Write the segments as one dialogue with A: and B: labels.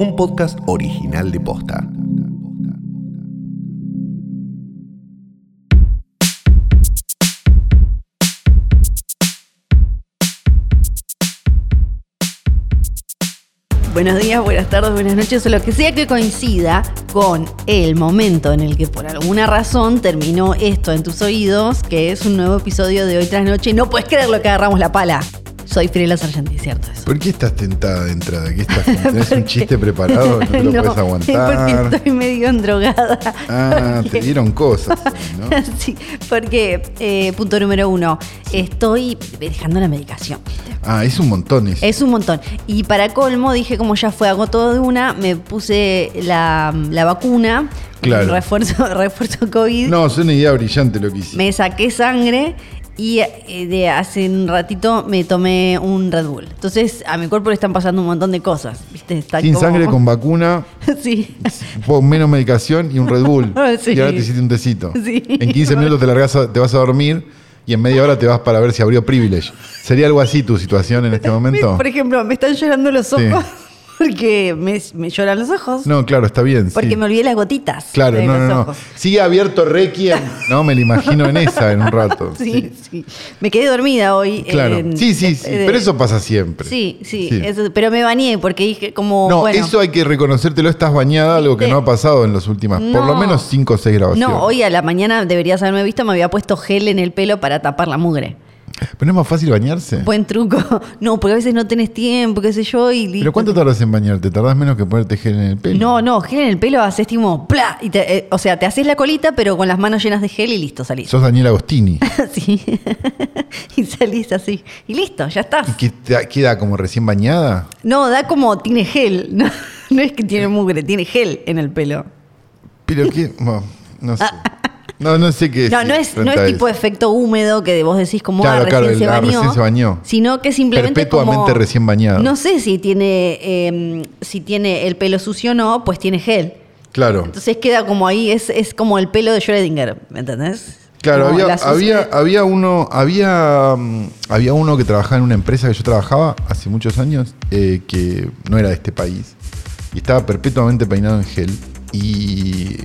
A: un podcast original de Posta.
B: Buenos días, buenas tardes, buenas noches o lo que sea que coincida con el momento en el que por alguna razón terminó esto en tus oídos, que es un nuevo episodio de Hoy tras Noche. No puedes creer lo que agarramos la pala. Soy Fiorella Sargenti, ¿cierto? Eso.
C: ¿Por qué estás tentada de entrada? ¿Qué estás, ¿Tenés un chiste preparado? No te lo puedes aguantar.
B: porque estoy medio endrogada.
C: Ah, te dieron cosas, ¿no?
B: Sí, porque, eh, punto número uno, estoy dejando la medicación.
C: Ah, es un montón eso.
B: Es un montón. Y para colmo, dije, como ya fue, hago todo de una, me puse la, la vacuna,
C: Claro.
B: el refuerzo, refuerzo COVID,
C: No, es una idea brillante lo que hiciste.
B: Eh, me saqué sangre y eh, de hace un ratito me tomé un Red Bull. Entonces, a mi cuerpo le están pasando un montón de cosas, ¿viste? Está
C: Sin
B: como-
C: sangre, con vacuna,
B: sí.
C: con menos medicación y un Red Bull.
B: Sí.
C: Y ahora te hiciste un tecito.
B: Sí.
C: En 15 minutos te, largas a- te vas a dormir y en media hora te vas para ver si abrió Privilege. ¿Sería algo así tu situación en este momento?
B: Por ejemplo, me están llorando los
C: Sí.
B: ojos porque me, me lloran los ojos.
C: No, claro, está bien. sí.
B: Porque me olvidé las gotitas.
C: Claro,
B: de
C: no,
B: los
C: no, no.
B: ojos.
C: Sigue abierto Requiem. No, me lo imagino en esa en un rato.
B: Sí, sí. Me quedé dormida hoy.
C: Claro.
B: en-
C: sí, sí, sí.
B: eh,
C: Pero eso pasa siempre.
B: Sí, sí.
C: Sí.
B: eso- pero me bañé porque dije como.
C: No,
B: bueno,
C: eso hay que reconocértelo. Estás bañada, algo que
B: Viste.
C: no ha pasado en las últimas, por
B: No.
C: lo menos 5 o 6 grabaciones.
B: No, hoy a la mañana deberías haberme visto, me había puesto gel en el pelo para tapar la mugre.
C: Pero no es más fácil bañarse.
B: Buen truco. No, porque a veces no tenés tiempo, qué sé yo, y listo.
C: ¿Pero cuánto tardas en bañarte? ¿Tardás menos que ponerte gel en el pelo?
B: No, no, gel en el pelo haces tipo, ¡plá! Y te- eh, o sea, te haces la colita, pero con las manos llenas de gel y listo, salís.
C: Sos Daniel Agostini.
B: Sí. y salís así. Y listo, ya estás.
C: ¿Y que te- queda como recién bañada?
B: No, da como tiene gel. No, no es que tiene mugre, tiene gel en el pelo.
C: Pero que. bueno, no sé. No, no sé qué
B: No, no
C: decir
B: es, no
C: frente a
B: es tipo
C: eso.
B: efecto húmedo que vos decís como
C: Claro,
B: ah, recién,
C: claro, el-
B: se
C: ah,
B: bañó,
C: recién se bañó.
B: Sino que simplemente.
C: Perpetuamente
B: como-
C: recién bañado.
B: No sé si tiene, eh, si tiene el pelo sucio o no, pues tiene gel.
C: Claro.
B: Entonces queda como ahí, es, es como el pelo de Schrödinger, ¿me entendés?
C: Claro,
B: Como
C: había,
B: la sucia-
C: había, ah, había uno, había, mm, había uno que trabajaba en una empresa que yo trabajaba hace muchos años, eh, que no era de este país, y estaba perpetuamente peinado en gel. Y,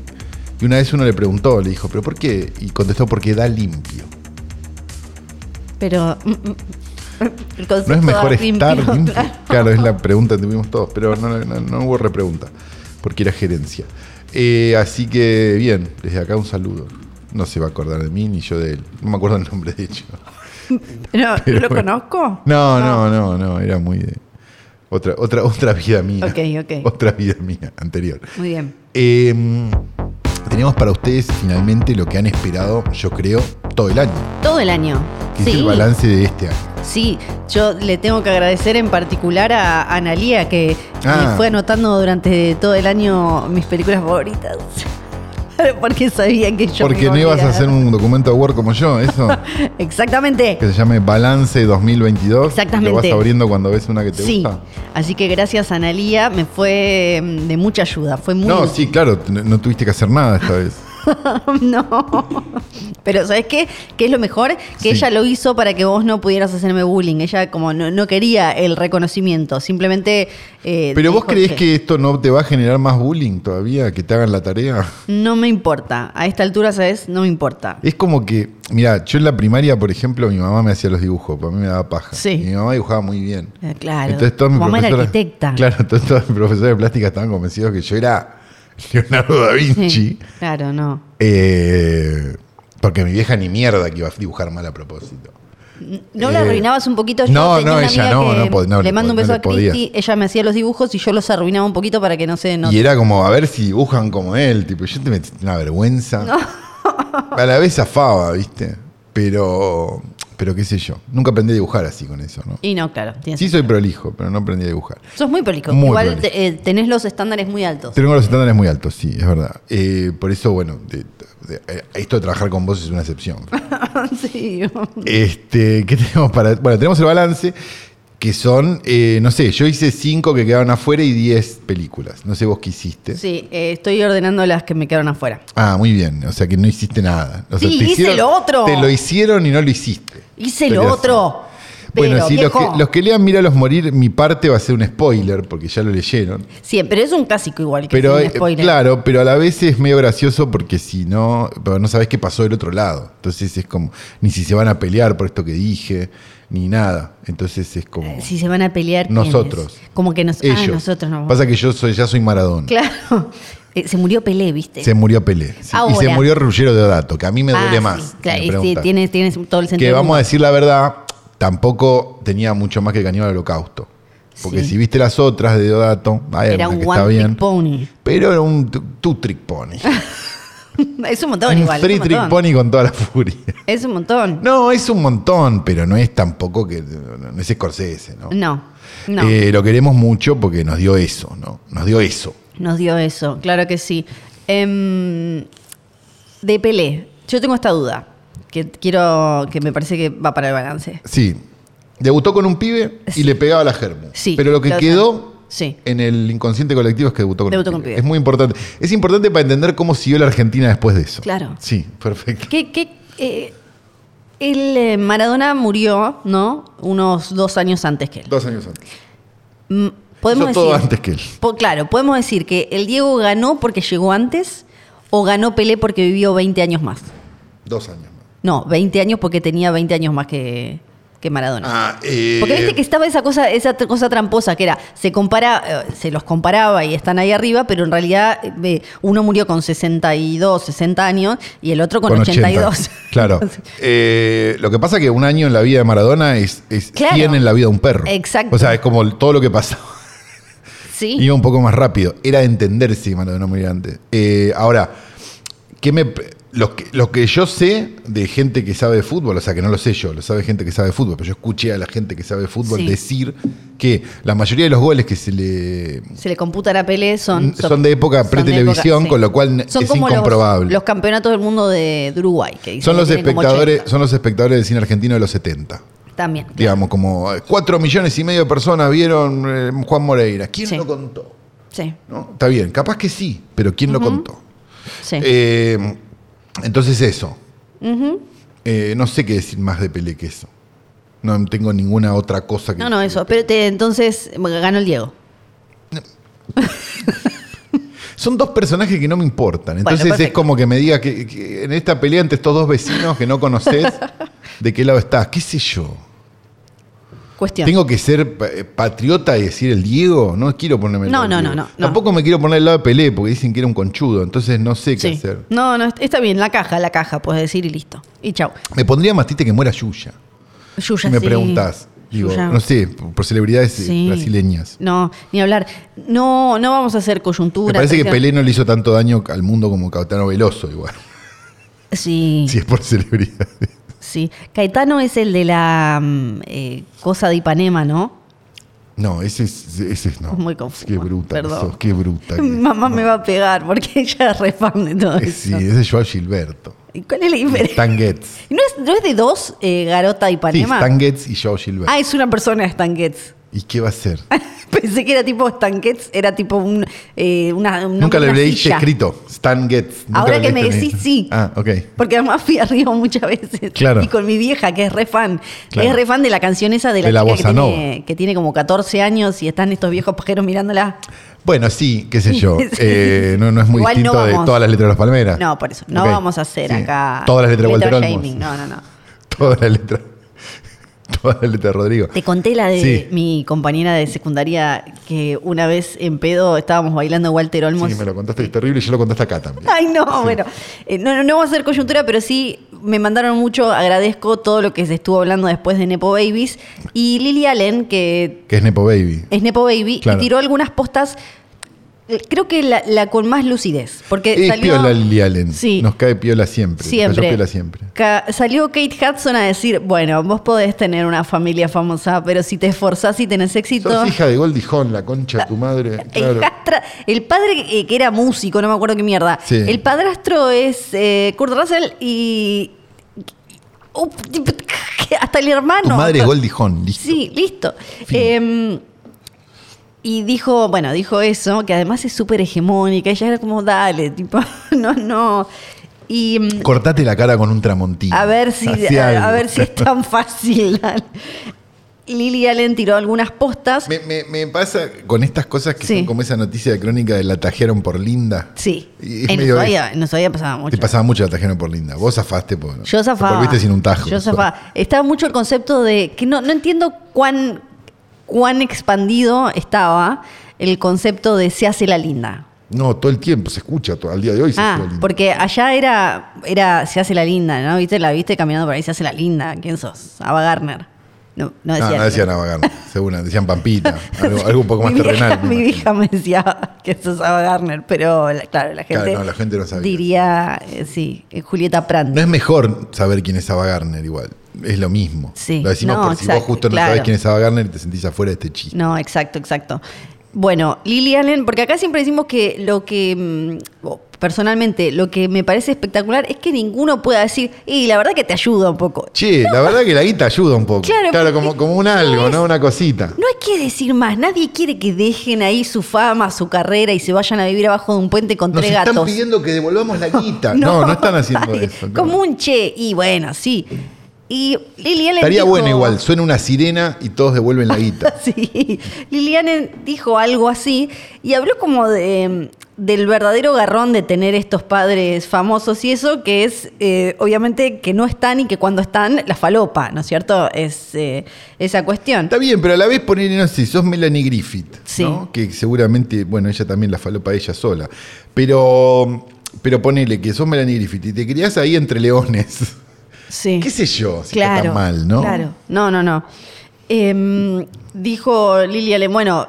C: y una vez uno le preguntó, le dijo, ¿pero por qué? Y contestó, porque da limpio.
B: Pero. mm, mm, el
C: ¿No es
B: concepto
C: mejor
B: de
C: estar
B: limpio,
C: limpio?
B: claro.
C: Claro, es la pregunta que tuvimos todos, pero no, no- no hubo repregunta, porque era gerencia. Eh, así que, bien, desde acá un saludo. No se va a acordar de mí ni yo de él. No me acuerdo el nombre, de hecho.
B: No, ¿no
C: Pero
B: lo
C: bueno.
B: conozco?
C: No, no, no, no, era muy de otra, otra, otra vida mía.
B: Ok, ok.
C: Otra vida mía anterior.
B: Muy bien.
C: Eh, tenemos para ustedes finalmente lo que han esperado, yo creo, todo el año,
B: Todo el año.
C: que es el balance de este año.
B: Sí, yo le tengo que agradecer en particular a Analía que
C: Ah.
B: me fue anotando durante todo el año mis películas favoritas. Porque sabía que yo.
C: Porque
B: me
C: no ibas a
B: olvidar.
C: hacer un documento de Word como yo, eso,
B: Exactamente.
C: que se llame Balance 2022.
B: Exactamente.
C: Lo vas abriendo cuando ves una que te
B: Sí.
C: gusta.
B: Así que gracias a Analía me fue mm, de mucha ayuda. Fue muy.
C: No, sí, claro, t- no tuviste que hacer nada esta vez.
B: no. Pero ¿sabes qué? ¿Qué es lo mejor? Que
C: Sí.
B: ella lo hizo para que vos no pudieras hacerme bullying. Ella como no, no quería el reconocimiento. Simplemente. eh,
C: Pero vos
B: dijo,
C: creés
B: "Che,
C: que esto no te va a generar más bullying todavía, que te hagan la tarea.
B: No me importa. A esta altura, ¿sabes? No me importa.
C: Es como que, mira, yo en la primaria, por ejemplo, mi mamá me hacía los dibujos, para mí me daba paja.
B: Sí.
C: Y mi mamá dibujaba muy bien.
B: Eh, Claro.
C: Entonces todos mis
B: Tu mamá era
C: profesores-
B: arquitecta.
C: Claro, entonces todos mis profesores de plástica estaban convencidos que yo era Leonardo da Vinci.
B: Sí, claro, no.
C: Eh, porque mi vieja ni mierda que iba a dibujar mal a propósito.
B: No la
C: Eh,
B: arruinabas un poquito. Yo
C: no,
B: tenía
C: no,
B: una
C: ella
B: amiga
C: no,
B: que
C: no pod- no,
B: Le
C: no
B: mando un
C: pod-
B: beso
C: no
B: a
C: le podía.
B: Cristi. Ella me hacía los dibujos y yo los arruinaba un poquito para que no se no
C: Y era como, a ver si dibujan como él. Tipo, yo te metí una vergüenza. A la vez zafaba, ¿viste? Pero, pero qué sé yo. Nunca aprendí a dibujar así con eso, ¿no?
B: Y no, claro. tienes-
C: Sí soy prolijo, pero no aprendí a dibujar.
B: Sos muy prolijo.
C: Muy
B: Igual
C: prolijo.
B: te- eh, tenés los estándares muy altos.
C: Tengo los estándares muy altos, sí, es verdad. Eh, por eso, bueno, de- de- eh, esto de trabajar con vos es una excepción.
B: sí.
C: Este, ¿Qué tenemos para.? Bueno, tenemos el balance, que son, eh, no sé, yo hice cinco que quedaron afuera y 10 películas. No sé vos qué hiciste.
B: Sí, eh, estoy ordenando las que me quedaron afuera.
C: Ah, muy bien. O sea que no hiciste nada. O sea,
B: Sí, hice lo otro.
C: Te lo hicieron y no lo hiciste.
B: Hice
C: Pero
B: lo
C: sí.
B: otro.
C: Bueno,
B: Pero,
C: si los que,
B: viejo.
C: los que lean Míralos Morir, mi parte va a ser un spoiler, porque ya lo leyeron.
B: Siempre es un clásico igual que
C: Pero,
B: es
C: eh,
B: un spoiler.
C: claro, pero a la vez es medio gracioso porque si no, pero no sabes qué pasó del otro lado. Entonces es como, ni si se van a pelear por esto que dije, ni nada. Entonces es como
B: Si se van a pelear ¿quiénes?
C: Nosotros.
B: Como que nos,
C: ellos.
B: Eh, Ah, nosotros no.
C: Pasa que yo soy, ya soy Maradona.
B: Claro. Eh, se murió Pelé, ¿viste?
C: Se murió Pelé. sí. Y se
B: Ahora.
C: murió Ruggiero Deodato, que a mí me
B: Ah,
C: duele
B: sí,
C: más.
B: claro,
C: me
B: y sí,
C: preguntan.
B: tiene, tiene todo el sentido.
C: que
B: del
C: vamos a
B: mundo.
C: decir la verdad, tampoco tenía mucho más que Caníbal del Holocausto. Porque
B: Sí.
C: si viste las otras de Deodato, hay
B: Era
C: alguna
B: un
C: que está
B: one
C: bien.
B: trick pony.
C: Pero era un tu- two-trick pony.
B: Es un montón
C: un
B: igual. es un
C: three-trick
B: montón.
C: pony con toda la furia.
B: Es un montón.
C: No, es un montón, pero no es tampoco que. No es Scorsese, ¿no?
B: No, no.
C: Eh, lo queremos mucho porque nos dio eso, ¿no? Nos dio eso.
B: Nos dio eso, claro que sí. Em, de Pelé, yo tengo esta duda que quiero, que me parece que va para el balance.
C: Sí. Debutó con un pibe y
B: Sí.
C: le pegaba la germu.
B: Sí,
C: Pero lo que
B: lo-
C: quedó
B: Sí.
C: en el inconsciente colectivo es que debutó con
B: Debutó
C: un
B: con
C: pibe.
B: pibe.
C: Es muy importante. Es importante para entender cómo siguió la Argentina después de eso.
B: Claro.
C: Sí, perfecto.
B: ¿Qué, qué, eh, el eh, Maradona murió, ¿no? Unos dos años antes que él.
C: Dos años antes.
B: Mm, Podemos
C: Hizo todo
B: decir-
C: antes que él.
B: Po- claro, podemos decir que el Diego ganó porque llegó antes o ganó Pelé porque vivió 20 años más.
C: Dos años más.
B: No, 20 años porque tenía 20 años más que, que Maradona.
C: Ah, eh,
B: Porque viste que estaba esa cosa, esa tr- cosa tramposa que era, se compara, eh, se los comparaba y están ahí arriba, pero en realidad eh, uno murió con 62, 60 años y el otro con, 82.
C: 80. Claro. Eh, lo que pasa es que un año en la vida de Maradona es, es
B: Claro.
C: 100 en la vida de un perro.
B: Exacto.
C: O sea, es como todo lo que pasaba.
B: Sí.
C: Iba un poco más rápido. Era de entender si Maradona moría antes. Eh, ahora, ¿qué me, lo, que, lo que yo sé de gente que sabe de fútbol, o sea, que no lo sé yo, lo sabe gente que sabe de fútbol, pero yo escuché a la gente que sabe de fútbol
B: Sí.
C: decir que la mayoría de los goles que se le...
B: se le computan a Pelé son,
C: Son de época
B: son de
C: pretelevisión,
B: época, sí.
C: con lo cual
B: Son
C: es
B: como los-
C: incomprobable.
B: Los, campeonatos del mundo de, de Uruguay. Que dicen
C: son,
B: que
C: los
B: tienen como
C: espectadores,
B: 80.
C: son los espectadores del cine argentino de los 70.
B: También.
C: Digamos, como 4 millones y medio de personas vieron eh, Juan Moreira. ¿Quién
B: Sí.
C: lo contó?
B: Sí,
C: ¿No? Está bien, capaz que sí, pero ¿quién lo contó?
B: sí.
C: Eh, entonces eso.
B: Ujú.
C: Eh, no sé qué decir más de Pelé que eso. No tengo ninguna otra cosa que
B: No, no,
C: decir.
B: eso. Pero te- entonces ganó el Diego.
C: Son dos personajes que no me importan. Entonces es
B: perfecto.
C: como que me diga que, que en esta pelea entre estos dos vecinos que no conoces, ¿de qué lado estás? ¿Qué sé yo?
B: Cuestión.
C: ¿Tengo que ser pa- eh, patriota y decir el Diego? No quiero ponerme el
B: No,
C: lado
B: no,
C: del
B: no,
C: Diego.
B: no, no.
C: Tampoco me quiero poner el lado de Pelé porque dicen que era un conchudo. Entonces no sé qué
B: Sí.
C: hacer.
B: No, no, está bien, la caja, la caja, puedes decir y listo. Y chau.
C: Me pondría más triste que muera Yuya.
B: Yuya,
C: Si me
B: sí.
C: preguntás. Digo,
B: Yuya.
C: no sé, por por celebridades eh,
B: Sí.
C: brasileñas.
B: No, ni hablar. No, no vamos a hacer coyuntura.
C: Me parece que
B: presión.
C: Pelé no le hizo tanto daño al mundo como Caetano Veloso, igual.
B: Sí,
C: Si
B: sí,
C: es por celebridad.
B: Caetano es el de la mm, eh, cosa de Ipanema, ¿no?
C: No, ese es, ese es no.
B: Es muy confuso.
C: Qué bruta que
B: Perdón.
C: sos, qué bruta. que-
B: Mamá me va a pegar porque ella es re fan de todo
C: Eh,
B: eso.
C: Sí, ese es Joao Gilberto.
B: ¿Y ¿Cuál es la diferencia?
C: Stan Getz.
B: ¿No es, no es de dos eh, Garota y
C: Sí,
B: Ipanema?
C: Stan Getz y Joao Gilberto.
B: ah, es una persona Stanguets.
C: ¿Y qué va a ser?
B: Pensé que era tipo Stanguets, era tipo un, eh, una, un
C: Nunca
B: nombre,
C: le
B: una
C: leíste
B: silla.
C: escrito. Stan Getz. Nunca
B: Ahora
C: lo
B: que me
C: leíste
B: decís,
C: ni-
B: sí.
C: Ah, ok.
B: Porque además fui arriba muchas veces.
C: Claro.
B: Y con mi vieja, que es re fan.
C: Claro.
B: Es re fan de la canción esa de la,
C: De la
B: chica que
C: bossa
B: tiene, que tiene como 14 años y están estos viejos pajeros mirándola.
C: Bueno, sí, qué sé yo.
B: Sí.
C: Eh, no, no es muy
B: Igual no
C: distinto de
B: vamos-
C: todas las letras de las palmeras.
B: No, por eso. No
C: Ah. Ok.
B: vamos a hacer
C: Sí.
B: acá.
C: Todas las letras de Walter
B: letra
C: Olmos.
B: shaming. No, no, no.
C: Todas las letras. Todas las letras de Rodrigo.
B: Te conté la de
C: Sí.
B: mi compañera de secundaria que una vez en pedo estábamos bailando Walter Olmos.
C: Sí, me lo contaste, es terrible, y yo lo contaste acá también.
B: Ay, no, bueno. Eh, no, no, no va a ser coyuntura, pero sí me mandaron mucho. Agradezco todo lo que se estuvo hablando después de Nepo Babies. Y Lily Allen, que
C: Que es Nepo Baby.
B: es Nepo Baby,
C: Claro.
B: y tiró algunas postas. eh, Creo que la, la con más lucidez. Porque
C: Es
B: Eh, salió,
C: piola Lily Allen.
B: Sí.
C: Nos cae piola siempre. Nos
B: Siempre.
C: cayó piola siempre.
B: Ca- salió Kate Hudson a decir: Bueno, vos podés tener una familia famosa, pero si te esforzás y tenés éxito.
C: Sos hija de Goldie Hawn, la concha
B: Ah,
C: de tu madre.
B: El,
C: Claro.
B: castra- el padre eh, que era músico, no me acuerdo qué mierda.
C: Sí.
B: El padrastro es eh, Kurt Russell y. Oh, hasta el hermano.
C: Tu madre es Goldie Hawn, listo.
B: Sí, listo.
C: Fin.
B: Em, y dijo, bueno, dijo eso, que además es súper hegemónica. Ella era como, dale, tipo, no, no. Y. mm,
C: Cortate la cara con un tramontino.
B: a ver si,
C: Hacé
B: a, a
C: algo.
B: ver si es tan fácil. Lily Allen tiró algunas postas.
C: Me, me- me pasa con estas cosas que
B: Sí.
C: son como esa noticia de crónica de la tajeron por linda.
B: Sí.
C: Y es
B: En
C: medio
B: Ushuaia, en Ushuaia pasaba mucho.
C: Te pasaba mucho la tajeron por linda. Vos zafaste por.
B: Yo zafaba.
C: Te volviste sin un tajo.
B: Yo zafaba. Estaba mucho el concepto de que no, no entiendo cuán, cuán expandido estaba el concepto de se hace la linda.
C: No, todo el tiempo se escucha, todo, al día de hoy se
B: Ah,
C: escucha linda.
B: porque allá era, era se hace la linda, ¿no? ¿Viste? La viste caminando por ahí, se hace la linda. ¿Quién sos? Ava Garner. No, no decía.
C: No, no decían Abagán, según decían Pampita, algo, algo un poco más
B: mi vieja,
C: terrenal. me
B: Mi
C: imagino.
B: vieja me decía que sos Ava Garner, pero la- claro, la gente,
C: Claro, no, la gente no sabía.
B: diría, eh, sí, eh, Julieta Prandi.
C: No es mejor saber quién es Ava Garner igual. Es lo mismo.
B: Sí,
C: Lo decimos
B: no,
C: por si
B: exacto,
C: vos justo no
B: claro.
C: sabés quién es Ava Garner y te sentís afuera de este chiste.
B: No, exacto, exacto. Bueno, Lily Allen, porque acá siempre decimos que lo que, mm, o, personalmente, lo que me parece espectacular es que ninguno pueda decir, y la verdad que te ayuda un poco.
C: Che, la verdad que la guita ayuda un poco.
B: Claro, porque
C: como, como un
B: no
C: algo,
B: es-
C: ¿no? Una cosita.
B: No hay que decir más, nadie quiere que dejen ahí su fama, su carrera y se vayan a vivir abajo de un puente con
C: Nos
B: tres
C: están
B: gatos.
C: pidiendo que devolvamos la guita. No, no, están haciendo
B: nadie.
C: eso. claro.
B: Como un che, y bueno, sí. Y Lily Allen
C: Estaría
B: dijo-
C: bueno igual, suena una sirena y todos devuelven la guita.
B: Sí, Liliane dijo algo así y habló como de, del verdadero garrón de tener estos padres famosos y eso, que es eh, obviamente que no están y que cuando están la falopa, ¿no es cierto? Es eh, esa cuestión.
C: Está bien, pero a la vez poner, no sé, sos Melanie Griffith,
B: Sí.
C: ¿no? Que seguramente, bueno, ella también la falopa ella sola. Pero, pero ponele que sos Melanie Griffith y te criás ahí entre leones.
B: Sí.
C: ¿Qué sé yo? Si está tan mal, ¿no?
B: Claro, no, no, no. Em, dijo Lili Allen, bueno,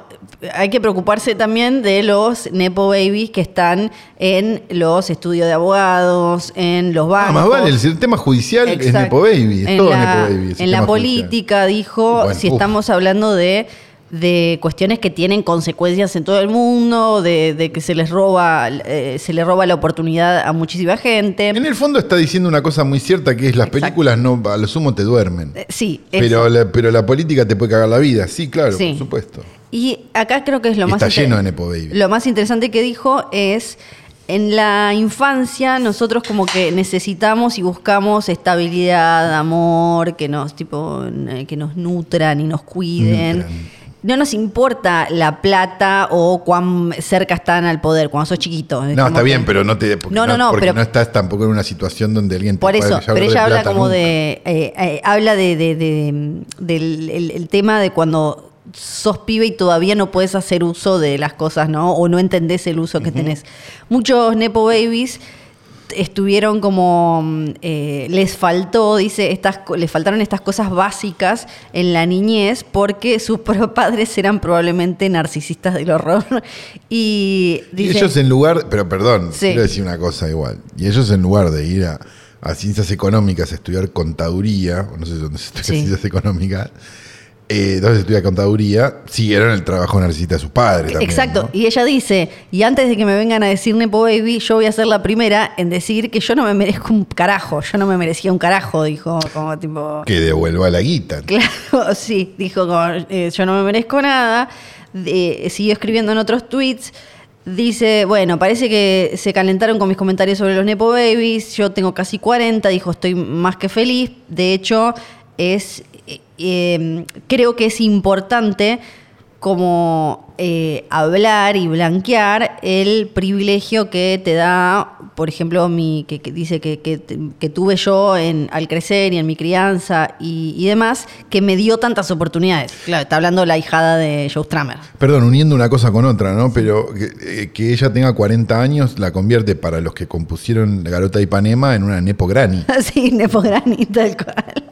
B: hay que preocuparse también de los Nepo Babies que están en los estudios de abogados, en los bancos.
C: Ah, más vale, el sistema judicial es
B: Exacto.
C: Nepo Baby, es
B: en
C: todo
B: la,
C: Nepo Baby. el
B: En
C: sistema
B: la
C: judicial.
B: política dijo,
C: Bueno,
B: si
C: uf.
B: estamos hablando de, de cuestiones que tienen consecuencias en todo el mundo, de, de que se les roba, eh, se le roba la oportunidad a muchísima gente.
C: En el fondo está diciendo una cosa muy cierta que es las
B: Exacto.
C: películas no, a lo sumo te duermen.
B: Eh, sí, eso.
C: Pero la, pero la política te puede cagar la vida, sí, claro,
B: Sí.
C: por supuesto.
B: Y acá creo que es lo
C: Y
B: más
C: está
B: inter-
C: lleno de Nepo Baby.
B: Lo más interesante que dijo es en la infancia nosotros como que necesitamos y buscamos estabilidad, amor, que nos tipo eh, que nos nutran y nos cuiden.
C: Nutran.
B: No nos importa la plata o cuán cerca están al poder cuando sos chiquito. Es
C: No,
B: como
C: está
B: que-
C: bien, pero no te. Porque
B: No,
C: no,
B: no, no,
C: porque
B: pero-
C: no estás tampoco en una situación donde alguien te
B: Por
C: pueda
B: eso,
C: llevar
B: pero
C: de
B: ella habla
C: plata
B: como
C: nunca.
B: de. eh, eh, habla de, de- de- del el, el tema de cuando sos pibe y todavía no puedes hacer uso de las cosas, ¿no? O no entendés el uso que tenés. Muchos Nepo Babies estuvieron como mm, eh, les faltó dice estas co- les faltaron estas cosas básicas en la niñez porque sus pro- padres eran probablemente narcisistas del horror y
C: Y
B: dice
C: ellos en lugar, pero perdón,
B: Sí.
C: quiero decir una cosa igual. Y ellos en lugar de ir a, a ciencias económicas a estudiar contaduría, o no sé dónde se estudia
B: Sí.
C: ciencias económicas, eh, donde se estudia contaduría, siguieron el trabajo narcisista de sus padres. También,
B: Exacto,
C: ¿no?
B: y ella dice, y antes de que me vengan a decir Nepo Baby, yo voy a ser la primera en decir que yo no me merezco un carajo, yo no me merecía un carajo, dijo, como tipo...
C: Que devuelva la guita.
B: Claro, sí, dijo como, eh, yo no me merezco nada, De- siguió escribiendo en otros tweets, dice, bueno, parece que se calentaron con mis comentarios sobre los Nepo Babies, yo tengo casi 40, dijo, estoy más que feliz, de hecho, es, eh, eh, creo que es importante como eh, hablar y blanquear el privilegio que te da, por ejemplo, mi, que, que dice que, que- que tuve yo en, al crecer y en mi crianza y, y demás, que me dio tantas oportunidades. Claro, está hablando la hijada de Joe Stramer.
C: Perdón, uniendo una cosa con otra, ¿no? Pero que, eh, que ella tenga 40 años la convierte para los que compusieron la Garota de Ipanema en una Nepo Granny.
B: Así, Nepograni, tal cual.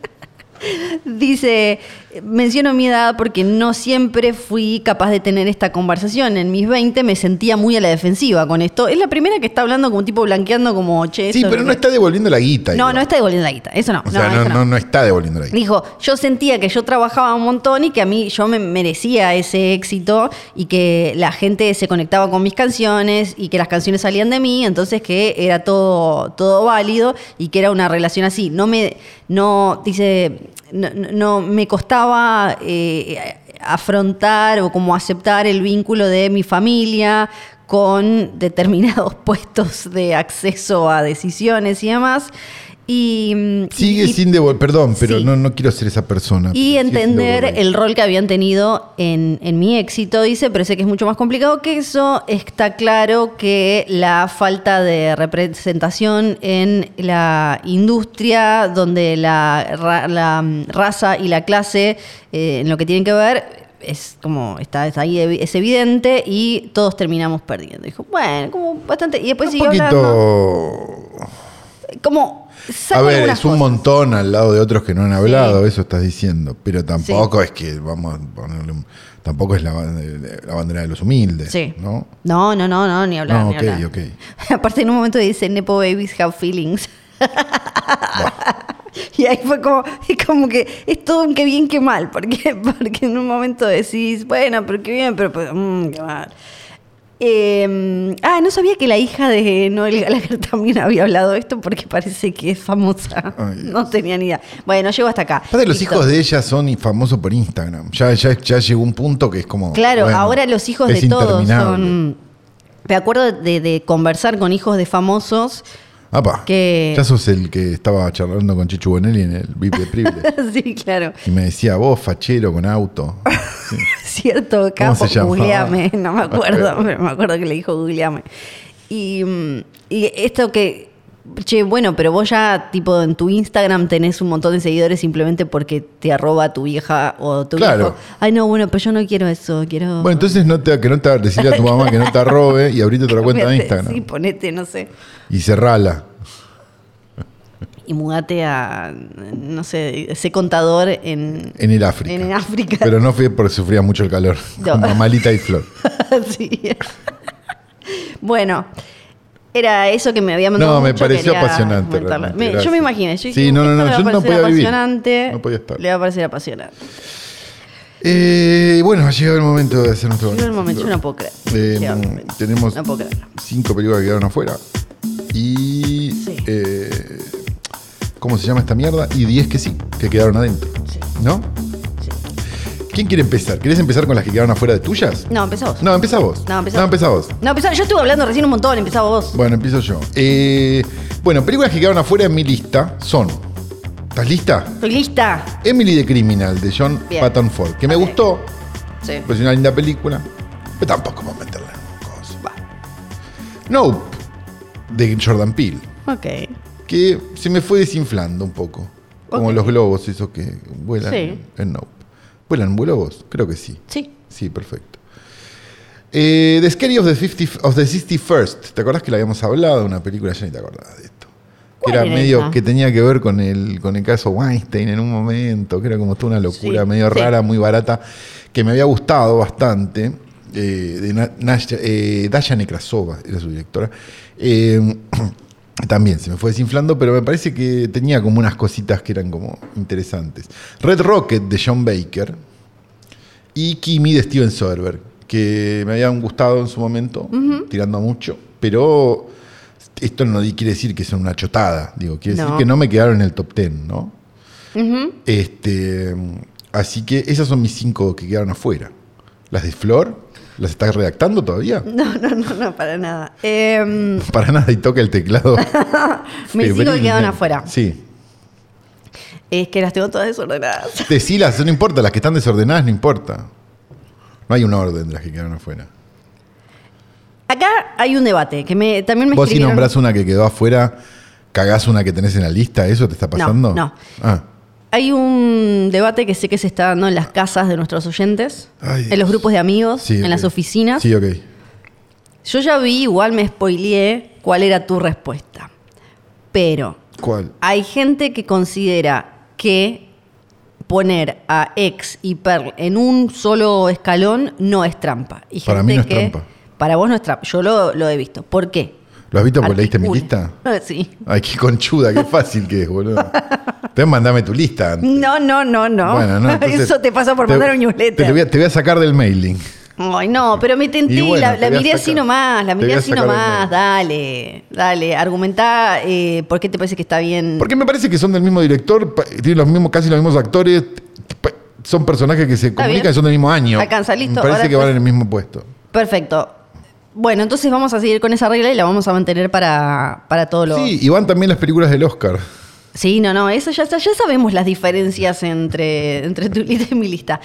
B: Dice, menciono mi edad porque no siempre fui capaz de tener esta conversación. En mis 20 me sentía muy a la defensiva con esto. Es la primera que está hablando como tipo blanqueando como, che,
C: Sí,
B: esto
C: pero no está devolviendo la guita.
B: No,
C: igual.
B: no está devolviendo la guita. Eso no.
C: O
B: no,
C: sea, no,
B: eso no.
C: no- no está devolviendo la guita.
B: Dijo, yo sentía que yo trabajaba un montón y que a mí yo me merecía ese éxito y que la gente se conectaba con mis canciones y que las canciones salían de mí, entonces que era todo, todo válido y que era una relación así. No me, no, dice, no, no- no me costaba eh, afrontar o como aceptar el vínculo de mi familia con determinados puestos de acceso a decisiones y demás. Y, mm,
C: Sigue
B: y-
C: sin devolver, perdón, pero
B: Sí.
C: no, no quiero ser esa
B: y
C: persona. Ah, pero sigue sin
B: entender
C: devolver.
B: el rol que habían tenido en, en mi éxito, dice, pero sé que es mucho más complicado que eso. Está claro que la falta de representación en la industria donde la, ra- la, mm, raza y la clase eh, en lo que tienen que ver es como está, está ahí evi- es evidente y todos terminamos perdiendo dijo bueno como bastante y después
C: Un
B: siguió hablando
C: poquito.
B: como
C: A
B: saco
C: ver,
B: algunas
C: es un
B: cosas.
C: montón al lado de otros que no han hablado, eso estás diciendo. Pero tampoco es que, vamos a ponerle un- Tampoco es la, ban- la bandera de los humildes.
B: Sí.
C: ¿No?
B: No, no, no, no, ni hablar.
C: no,
B: ni
C: ok,
B: hablar.
C: ok.
B: Aparte, en un momento dice Nepo Babies have feelings. y ahí fue como, es como que es todo un qué bien, qué mal. Porque, porque en un momento decís, bueno, pero qué bien, pero pues, mm, qué mal. Eh, ah, no sabía que la hija de Noel Gallagher también había hablado de esto porque parece que es famosa.
C: Ay,
B: no tenía ni idea. Bueno, llego hasta acá.
C: Aparte, los
B: Listo.
C: hijos de ella son y famosos por Instagram. Ya, ya, ya llegó un punto que es como.
B: Claro,
C: bueno,
B: ahora los hijos
C: es
B: de todos
C: interminable.
B: son. Me acuerdo de, de conversar con hijos de famosos.
C: Apa,
B: que-
C: Ya sos el que estaba charlando con Chichu Bonelli en el VIP de Privilege.
B: sí, claro.
C: y me decía, vos, fachero con auto.
B: Cierto,
C: ¿Cómo
B: capo,
C: se llamaba?
B: googleame, no me acuerdo, pero me acuerdo que le dijo googleame. Y, mm, y esto que, che, bueno, pero vos ya, tipo, en tu Instagram tenés un montón de seguidores simplemente porque te arroba tu vieja o tu
C: Claro.
B: viejo. Ay, no, bueno, pero yo no quiero eso, quiero...
C: Bueno, entonces no te, que no te decirle a tu mamá que no te arrobe y abrite otra cuenta de
B: Cambiate,
C: Instagram.
B: Sí, ponete, no sé,
C: Y cerrala.
B: y mudate a, no sé, sé contador en...
C: En el África.
B: En el África.
C: Pero no fue porque sufría mucho el calor.
B: No.
C: Con mamalita y flor.
B: Sí. bueno, era eso que me había mandado.
C: No, me
B: mucho,
C: pareció
B: quería
C: apasionante,
B: comentarlo.
C: realmente,
B: Me- yo
C: gracias.
B: me imaginé. Yo dije,
C: Sí, no, no,
B: "Esto
C: no,
B: le va a
C: yo no
B: parecer
C: podía vivir.
B: apasionante,
C: No podía estar.
B: Le va a parecer apasionante.
C: Eh, bueno, ha llegado el momento de hacer nuestro
B: Llegó el momento, yo no puedo creer.
C: Eh,
B: Llegó el momento.
C: tenemos
B: No puedo creerlo.
C: cinco películas que quedaron afuera. Y.
B: Sí.
C: eh, ¿Cómo se llama esta mierda? Y 10 que sí, que quedaron adentro.
B: Sí.
C: ¿No?
B: Sí.
C: ¿Quién quiere empezar? ¿Querés empezar con las que quedaron afuera de tuyas?
B: No, empezá vos.
C: No, empezá vos.
B: No, empezá
C: No,
B: vos.
C: empezá vos.
B: No, empezá- yo estuve hablando recién un montón, empezaba vos.
C: Bueno, empiezo yo. Eh, bueno, películas que quedaron afuera en mi lista son. ¿Estás lista?
B: Estoy lista.
C: Emily the Criminal de John
B: Bien.
C: Patton Ford, que me
B: Ok.
C: gustó,
B: Sí.
C: pues es una linda película, pero tampoco vamos a meterla en cosas. Nope de Jordan Peele,
B: Ok.
C: que se me fue desinflando un poco, como
B: Ok.
C: los globos esos que vuelan
B: Sí.
C: en Nope. ¿Vuelan globos? Creo que sí.
B: Sí.
C: Sí, perfecto. Eh, the Scary of the, 50, of the 61st. ¿Te acordás que la habíamos hablado? Una película, ya ni te acordás de esto. Que
B: ¿Cuál
C: era
B: era
C: medio
B: esa?
C: que tenía que ver con el, con el caso Weinstein en un momento, que era como toda una locura
B: Sí,
C: medio
B: sí.
C: rara, muy barata, que me había gustado bastante. eh, de Na- Nasha- eh, Dayane Krasova era su directora. Eh, también se me fue desinflando, pero me parece que tenía como unas cositas que eran como interesantes. Red Rocket de John Baker, y Kimi de Steven Soderbergh, que me habían gustado en su momento, tirando a mucho, pero esto no di- quiere decir que son una chotada, digo, quiere
B: No.
C: decir que no me quedaron en el top 10, ¿no? Este, así que esas son mis cinco que quedaron afuera. Las de Flor, ¿las estás redactando todavía?
B: No, no, no, no, para nada. Em,
C: Para nada y toca el teclado.
B: Mis cinco
C: Febrilmente.
B: quedaron afuera.
C: Sí.
B: es que las tengo todas desordenadas.
C: Decilas, no importa, las que están desordenadas no importa. No hay un orden de las que quedaron afuera.
B: Acá hay un debate que me, también me
C: Vos si
B: escribieron-
C: nombrás una que quedó afuera, cagás una que tenés en la lista, ¿eso te está pasando?
B: no.
C: Ah,
B: Hay un debate que sé que se está dando en las casas de nuestros oyentes,
C: Ay,
B: en los
C: Dios.
B: grupos de amigos,
C: sí,
B: en
C: ok.
B: las oficinas.
C: Sí, ok.
B: Yo ya vi, igual me spoileé cuál era tu respuesta. Pero
C: ¿Cuál?
B: hay gente que considera que poner a ex y Pearl en un solo escalón no es trampa. Y
C: Para
B: gente
C: mí no es
B: que-
C: trampa.
B: Para vos no es trampa. Yo lo, lo he visto. ¿Por qué?
C: ¿Lo has visto porque leíste mi
B: Articula.
C: lista?
B: Sí.
C: Ay, qué conchuda, qué fácil que es, boludo. Te mandame tu lista. antes.
B: No, no, no, no.
C: Bueno, no, entonces-
B: Eso te pasa por mandar un newsletter.
C: Te, lo voy a, te voy a sacar del mailing.
B: Ay, no, pero me tenté,
C: Y bueno,
B: la,
C: te
B: la
C: voy a
B: miré
C: sacar-
B: así nomás, la
C: te
B: miré
C: voy a
B: así
C: sacar de
B: nomás,
C: nuevo.
B: dale, dale, argumentá eh, por qué te parece que está bien.
C: Porque me parece que son del mismo director, pa- tienen los mismos, casi los mismos actores, pa- son personajes que se
B: bien.
C: comunican y son del mismo año.
B: Alcanza, listo,
C: Me parece
B: ahora
C: que van
B: pues-
C: en el mismo puesto.
B: Perfecto. Bueno, entonces vamos a seguir con esa regla y la vamos a mantener para, para todo lo...
C: Sí, y van también las películas del Oscar.
B: Sí, no, no, eso ya, ya sabemos las diferencias entre, entre tu lista y mi lista.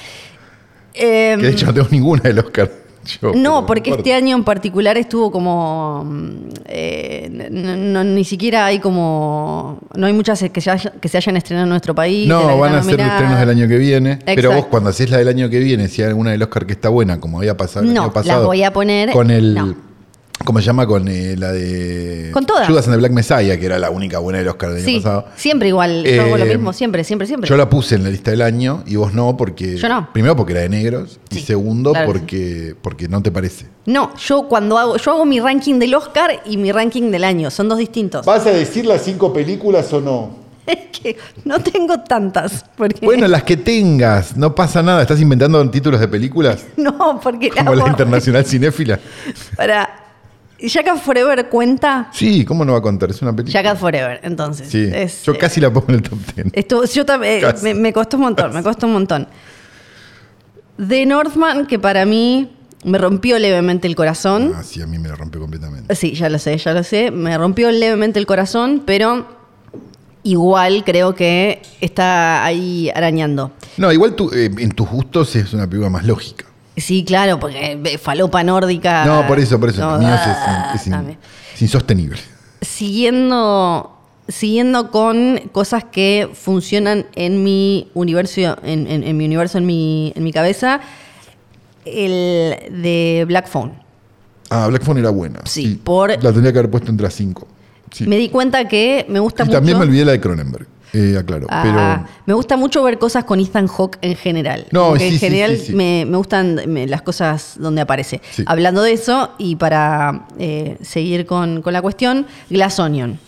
B: Em,
C: Que de hecho no tengo ninguna del Oscar. yo, pero
B: no, porque
C: importa.
B: este año en particular estuvo como. mm, eh, n- n- no- ni siquiera hay como. No hay muchas que se, haya- que se hayan estrenado en nuestro país. de las
C: No,
B: que
C: van a
B: están
C: ser
B: nominadas.
C: estrenos del año que viene. Pero vos
B: Exacto.
C: cuando hacés la del año que viene, si hay alguna del Oscar que está buena, como había pasado el
B: No,
C: año
B: las
C: pasado.
B: voy a poner-
C: Con el...
B: no.
C: ¿Cómo se llama? Con eh, la de...
B: Con todas.
C: Judas and the Black Messiah, que era la única buena del Oscar del
B: Sí,
C: año pasado.
B: siempre igual. Yo hago lo
C: Eh,
B: mismo, siempre, siempre, siempre.
C: Yo la puse en la lista del año y vos no porque...
B: Yo no.
C: Primero porque era de negros y
B: Sí,
C: segundo
B: claro que
C: porque, porque no te parece.
B: No, yo cuando hago. Yo hago mi ranking del Oscar y mi ranking del año. Son dos distintos.
C: ¿Vas a decir las cinco películas o no?
B: Es que no tengo tantas. Porque
C: Bueno, las que tengas, no pasa nada. ¿Estás inventando títulos de películas?
B: no, porque.
C: Como
B: hago-
C: la Internacional Cinéfila.
B: Para. Jack Forever cuenta.
C: Sí, ¿cómo no va a contar? Es una película.
B: Jack Forever, entonces.
C: Sí,
B: Es,
C: yo
B: eh,
C: casi la pongo en el top 10.
B: Esto, yo también,
C: Casi.
B: me, me costó un montón, me costó un montón. The Northman, que para mí me rompió levemente el corazón.
C: Ah, sí, a mí me la rompió completamente.
B: Sí, ya lo sé, ya lo sé. Me rompió levemente el corazón, pero igual creo que está ahí arañando.
C: No, igual tú, eh, en tus gustos es una película más lógica.
B: Sí, claro, porque eh, falopa nórdica.
C: no, por eso, por eso.
B: Ah, No,
C: Los míos
B: ah,
C: es, in- es in-
B: también.
C: es insostenible.
B: siguiendo, siguiendo con cosas que funcionan en mi universo, en, en- en mi universo, en mi, en mi cabeza, el de Black Phone.
C: Ah, Black Phone era buena.
B: Sí, por-
C: La tendría que haber puesto entre las 5. Sí.
B: Me di cuenta que me gusta
C: y
B: mucho.
C: también me olvidé la de Cronenberg. Eh, aclaro.
B: Ah,
C: pero
B: Me gusta mucho ver cosas con Ethan Hawke en general.
C: No,
B: Porque
C: sí,
B: en
C: sí,
B: general
C: sí, sí.
B: Me, me gustan me- las cosas donde aparece.
C: Sí.
B: Hablando de eso, y para eh, seguir con, con la cuestión, Glass Onion.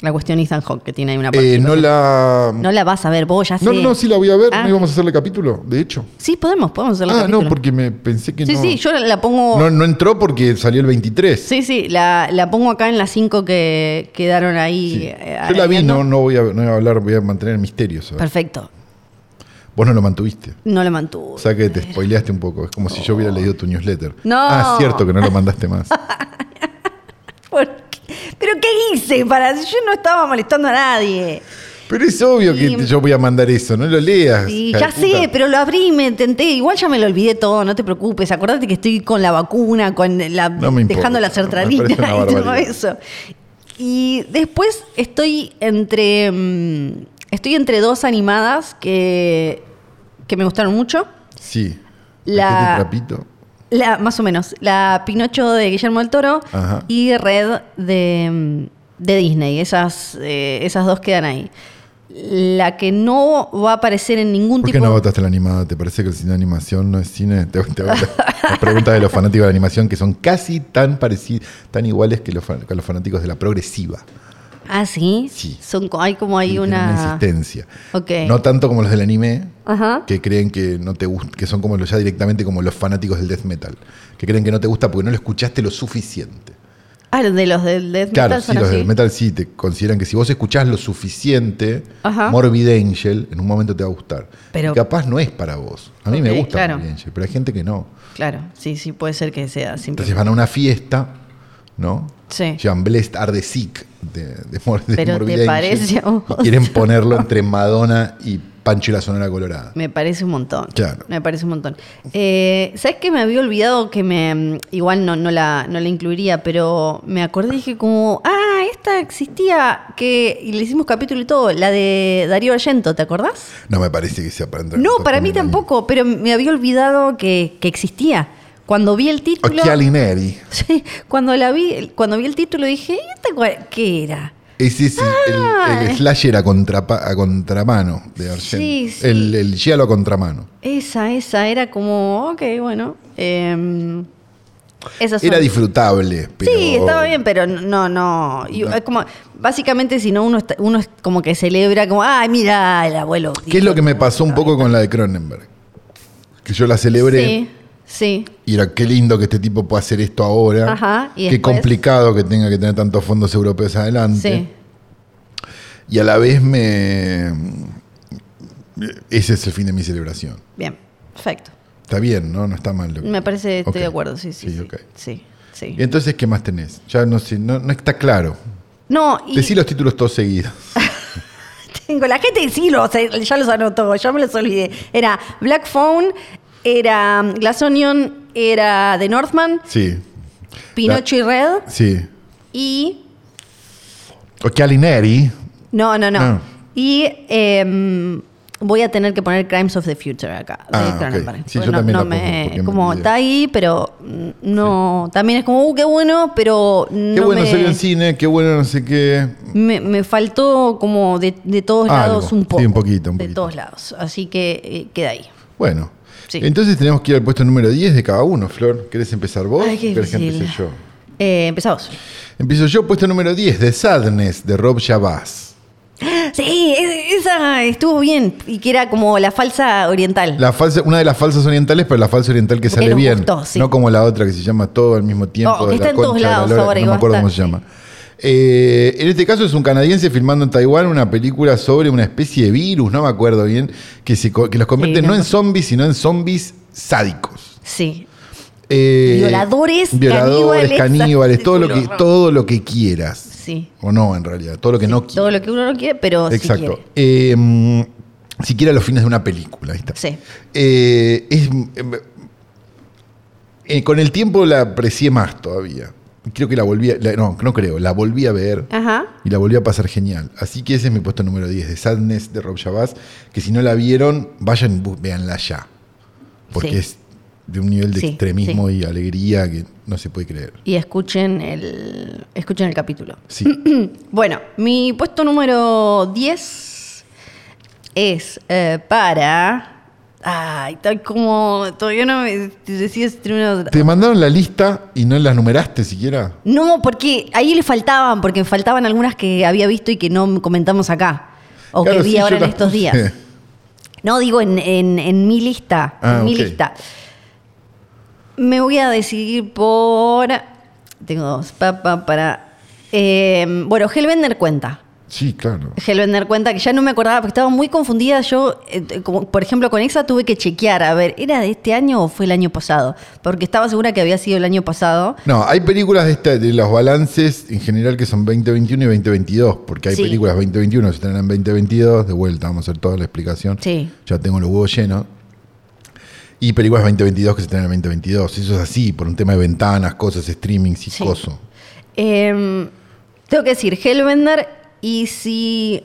B: La cuestión Ethan Hawke, que tiene ahí una
C: eh,
B: participación.
C: no la.
B: No la vas a ver vos, ya
C: No,
B: sé.
C: no, no, sí la voy a ver.
B: Ah.
C: No íbamos a hacerle capítulo, de hecho.
B: Sí, podemos, podemos hacer
C: Ah,
B: la
C: no, porque me pensé que
B: Sí,
C: no.
B: sí, yo la pongo...
C: no, no entró porque salió el 23.
B: Sí, sí, la, la pongo acá en las cinco que quedaron ahí.
C: Sí.
B: eh,
C: Yo la vi,
B: arañando.
C: no, no, voy a, no voy a hablar, voy a mantener el misterio. sobre-
B: Perfecto,
C: Vos no lo mantuviste.
B: no la mantuvo.
C: O sea que te spoileaste un poco. Es como si yo hubiera leído tu newsletter.
B: Eh. No.
C: Ah, cierto que no lo mandaste más.
B: ¿Por qué? ¿Pero qué hice? Para... Yo no estaba molestando a nadie.
C: Pero es obvio que
B: Sí.
C: te- yo voy a mandar eso. No lo leas.
B: Sí,
C: hija
B: ya
C: de
B: sé,
C: puta.
B: pero lo abrí y me intenté. Igual ya me lo olvidé todo, no te preocupes. Acordate que estoy con la vacuna, con la
C: No me importa,
B: dejando la
C: me parece
B: sertralina
C: una
B: y todo
C: barbaridad.
B: eso. Y después estoy entre mm, estoy entre dos animadas que, que me gustaron mucho.
C: Sí.
B: La-
C: Este trapito.
B: La, más o menos, la Pinocho de Guillermo del Toro
C: Ajá.
B: y Red de, mm, de Disney. Esas, eh, esas dos quedan ahí. La que no va a aparecer en ningún
C: ¿Por
B: tipo
C: qué no votaste la animada? ¿Te parece que el cine de animación no es cine? Te, te hago la, la pregunta de los fanáticos de la animación que son casi tan parecidos, tan iguales que los, fan- que los fanáticos de la progresiva.
B: Ah, sí.
C: Sí.
B: Son, co- hay como hay
C: Tienen
B: una.
C: insistencia.
B: Ok.
C: No tanto como los del anime,
B: Ajá.
C: que creen que no te gusta, que son como los ya directamente como los fanáticos del death metal, que creen que no te gusta porque no lo escuchaste lo suficiente.
B: Ah, los de los del death
C: Claro,
B: metal
C: sí,
B: son
C: los
B: así.
C: del metal sí te consideran que si vos escuchás lo suficiente,
B: Ajá.
C: Morbid Angel, en un momento te va a gustar.
B: Pero-
C: Y capaz no es para vos. A mí
B: Ok,
C: me gusta
B: claro.
C: Morbid Angel, pero hay gente que no.
B: Claro, sí, sí, puede ser que sea simple.
C: Entonces van a una fiesta, ¿no?
B: Sí.
C: Llevan Blessed Are the Sick de, de, Mor- de
B: Pero
C: Morbid
B: te
C: Angel
B: parece a vos.
C: y quieren ponerlo entre Madonna y Pancho y la Sonora Colorada.
B: Me parece un montón.
C: Claro.
B: Me parece un montón. Eh, ¿Sabes qué? Me había olvidado que me. mm, Igual no, no, la, no la incluiría, pero me acordé y dije, como. Ah, esta existía. que Y le hicimos capítulo y todo. La de Darío Argento, ¿te acordás?
C: No me parece que sea para entrar. en
B: No,
C: top
B: para mí
C: ten del año.
B: tampoco, pero me había olvidado que, que existía. Cuando vi el
C: O
B: título.
C: Chialineri.
B: Sí, cuando la vi, cuando vi el título dije, "¿Y ¿esta cuál- qué era?
C: Ese es el- el, el
B: Ah.
C: slasher a, contrapa- a contramano de Argento.
B: Sí, sí.
C: El, el giallo a contramano.
B: Esa, esa, era como, ok, bueno. Eh, esas son-
C: Era disfrutable, pero.
B: Sí, estaba bien, pero no, no. Y
C: No.
B: Es como, básicamente, si no, uno, está- uno es como que celebra, como, ay, mira, el abuelo.
C: ¿Qué es lo que me pasó un poco con la de Cronenberg? Que yo la celebré
B: Sí, sí.
C: y era qué lindo que este tipo pueda hacer esto ahora.
B: Ajá, y
C: qué
B: después-
C: complicado que tenga que tener tantos fondos europeos adelante.
B: Sí.
C: Y a la vez me. Ese es el fin de mi celebración.
B: Bien, perfecto.
C: Está bien, ¿no? No está mal. lo que-
B: Me parece, estoy
C: Ok.
B: de acuerdo, sí, sí. Sí, sí.
C: ok.
B: sí.
C: Y entonces, ¿qué más tenés? Ya no sé, no, no está claro.
B: No, y
C: Decí los títulos todos seguidos.
B: tengo. La gente sí los, ya los anotó, yo me los olvidé. Era Black Phone, era um, Glass Onion, era The Northman,
C: Sí.
B: Pinocho y Red
C: Sí.
B: y...
C: O Calineri.
B: No, no, no.
C: No.
B: Y em, voy a tener que poner Crimes of the Future acá. de
C: Ah, ok.
B: Cronenberg.
C: Sí,
B: Porque
C: yo
B: no,
C: también
B: no
C: la pongo,
B: me,
C: porque me
B: Como
C: olvidé.
B: está ahí, pero mm, no... También es como, uh, qué bueno, pero no
C: Qué bueno
B: me...
C: salió en cine, qué bueno no sé qué.
B: Me, me faltó como de, de todos
C: Algo.
B: lados un
C: Sí,
B: poco.
C: un poquito, un
B: De
C: poquito.
B: todos lados. Así que eh, queda ahí.
C: Bueno.
B: Sí.
C: Entonces tenemos que ir al puesto número 10 de cada uno, Flor. ¿Querés empezar vos?
B: Ay, qué
C: ¿Querés que
B: difícil.
C: empiece yo?
B: Eh, empezamos.
C: Empiezo yo, puesto número 10, de Sadness, de Rob Jabaz.
B: Sí, es- esa estuvo bien. Y que era como la falsa oriental.
C: La falsa, una de las falsas orientales, pero la falsa oriental que
B: Porque
C: sale
B: nos
C: bien.
B: gustó, sí.
C: No como la otra que se llama todo al mismo tiempo.
B: Oh, que
C: de
B: está
C: la
B: en todos
C: concha de la
B: lados
C: lora,
B: ahora y
C: No
B: va
C: me
B: a
C: acuerdo
B: estar,
C: cómo se llama. Eh, en este caso es un canadiense filmando en Taiwán una película sobre una especie de virus, no me acuerdo bien, que, se, co- que los convierte
B: Sí,
C: no
B: no.
C: en zombies, sino en zombies sádicos.
B: Sí.
C: Eh,
B: Violadores,
C: violadores,
B: caníbales,
C: caníbales, todo lo que,
B: asesinos.
C: todo lo que quieras.
B: Sí.
C: O no, en realidad, todo lo que no quieras.
B: Todo lo que uno no quiere, pero sí
C: Exacto.
B: quiere.
C: Eh, mm, siquiera los fines de una película. Ahí está.
B: Sí.
C: Eh, es, em, eh, con el tiempo la aprecié más todavía. Creo que la volví a, la- No, no creo. La volví a ver
B: Ajá.
C: y la volví a pasar genial. Así que ese es mi puesto número 10 de Sadness de Rob Chabaz. Que si no la vieron, vayan y bu- véanla ya. Porque
B: Sí.
C: es de un nivel de
B: Sí,
C: extremismo y alegría que no se puede creer.
B: Y escuchen el, escuchen el capítulo. Mm,
C: Sí.
B: Bueno, mi puesto número 10 es eh, para. Ay, tal como. Todavía no me decides si tiene una-
C: ¿Te mandaron la lista y no las numeraste siquiera?
B: No, porque ahí le faltaban, porque faltaban algunas que había visto y que no comentamos acá. O
C: Claro,
B: que vi
C: sí, yo
B: ahora en
C: las
B: estos
C: puse.
B: días. No, digo en, en- en mi lista.
C: Ah,
B: en mi
C: ok.
B: lista. Me voy a decidir por. Tengo dos. pa, pa, para. eh, bueno, Hellbender cuenta.
C: Sí, claro.
B: Hellbender cuenta que ya no me acordaba porque estaba muy confundida. Yo, eh, como, por ejemplo, con Exa tuve que chequear a ver, ¿era de este año o fue el año pasado? Porque estaba segura que había sido el año pasado.
C: No, hay películas de, esta- de los balances en general que son 2021 y 2022, porque hay
B: Sí.
C: películas 2021 que se estrenan en 2022, de vuelta vamos a hacer toda la explicación.
B: Sí.
C: Ya tengo los huevos llenos. Y películas 2022 que se estrenan en 2022. Eso es así, por un tema de ventanas, cosas, streamings y
B: Sí.
C: cosas.
B: Em, tengo que decir Hellbender y si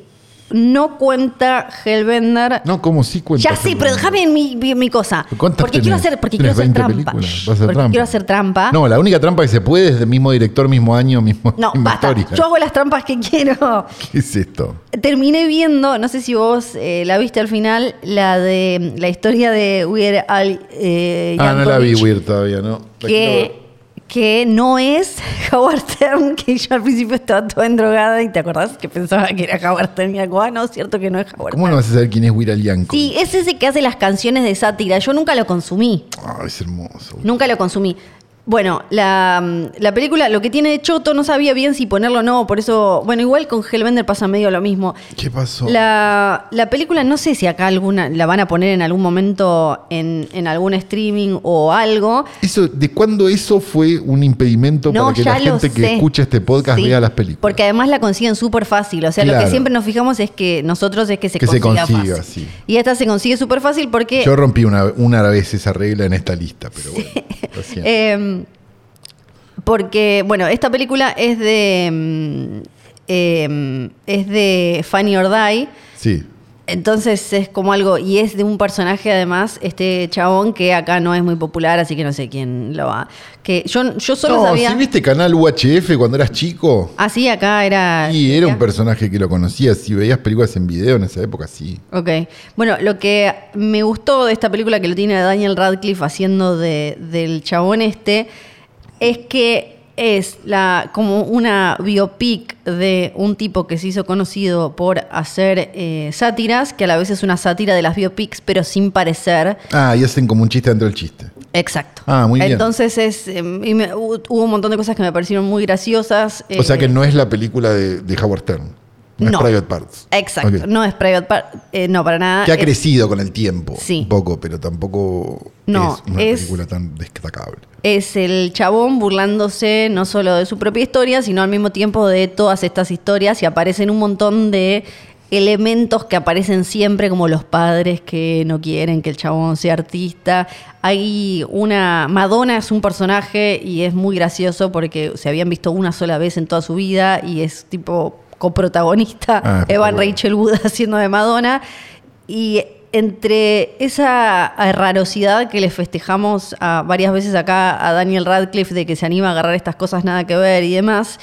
B: no cuenta Hellbender.
C: No, como sí cuenta.
B: ya sí,
C: Fernando.
B: pero déjame mi, mi- mi cosa.
C: ¿Cuántas
B: Porque
C: tenés?
B: quiero hacer, porque quiero
C: Tenés
B: hacer
C: 20
B: trampa.
C: películas,
B: Shh,
C: vas a hacer
B: porque
C: trampa.
B: quiero hacer trampa.
C: No, la única trampa que se puede es del mismo director, mismo año, mismo.
B: No,
C: misma
B: basta.
C: historia.
B: Yo hago las trampas que quiero.
C: ¿Qué es esto?
B: Terminé viendo, no sé si vos eh, la viste al final, la de la historia de Weird Al eh,
C: ah, no la vi,
B: Yankovic,
C: Weird, todavía, ¿no? La quiero ver.
B: Que, que no es Howard Stern, que yo al principio estaba toda endrogada y te acordás que pensaba que era Howard Stern y algo, ah, no, es cierto que no es Howard
C: ¿Cómo no vas a saber quién es Weird Al Yankovic?
B: Sí, es ese que hace las canciones de sátira. Yo nunca lo consumí.
C: Ah, es hermoso.
B: Nunca lo consumí. Bueno, la, mm, la película, lo que tiene de choto, no sabía bien si ponerlo o no, por eso, bueno, igual con Hellbender pasa medio lo mismo.
C: ¿Qué pasó?
B: La, la película, no sé si acá alguna la van a poner en algún momento en, en algún streaming o algo.
C: Eso, ¿De cuándo eso fue un impedimento para que la
B: lo
C: gente que
B: sé.
C: escucha este podcast
B: Sí,
C: vea las películas?
B: Porque además la consiguen súper fácil. O sea, lo
C: Claro.
B: que siempre nos fijamos es que nosotros es que se
C: Que se
B: consiga,
C: consiga,
B: fácil.
C: sí.
B: Y esta se consigue súper fácil porque
C: Yo rompí una, una vez esa regla en esta lista, pero bueno. lo siento.
B: Eh, porque, bueno, esta película es de. mm, eh, es de Fanny or Die.
C: sí.
B: Entonces es como algo. Y es de un personaje, además, este chabón que acá no es muy popular, así que no sé quién lo va. Que yo, yo solo
C: No,
B: sabía.
C: ¿sí viste canal UHF cuando eras chico?
B: Ah, sí, acá era.
C: Y era un
B: ¿Ya?
C: personaje que lo conocías. Si veías películas en video en esa época, sí.
B: Ok. Bueno, lo que me gustó de esta película que lo tiene a Daniel Radcliffe haciendo de- del chabón este es que es la como una biopic de un tipo que se hizo conocido por hacer eh, sátiras, que a la vez es una sátira de las biopics, pero sin parecer.
C: Ah, y hacen como un chiste dentro del chiste.
B: Exacto.
C: Ah, muy bien.
B: Entonces es, eh, y me- hu- hubo un montón de cosas que me parecieron muy graciosas.
C: o sea
B: eh,
C: que no es la película de, de Howard Stern. No,
B: No.
C: es Private Parts.
B: Exacto,
C: Ok.
B: no es private, Par- eh, no para nada.
C: que ha
B: es-
C: crecido con el tiempo.
B: Sí.
C: Un poco, pero tampoco
B: No,
C: es una
B: es-
C: película tan destacable.
B: es el chabón burlándose no solo de su propia historia, sino al mismo tiempo de todas estas historias y aparecen un montón de elementos que aparecen siempre, como los padres que no quieren que el chabón sea artista. Hay una. Madonna es un personaje y es muy gracioso porque se habían visto una sola vez en toda su vida y es tipo coprotagonista
C: Ah,
B: Evan
C: espectacular.
B: Rachel Wood haciendo de Madonna. Y entre esa rarosidad que le festejamos a- varias veces acá a Daniel Radcliffe de que se anima a agarrar estas cosas nada que ver y demás,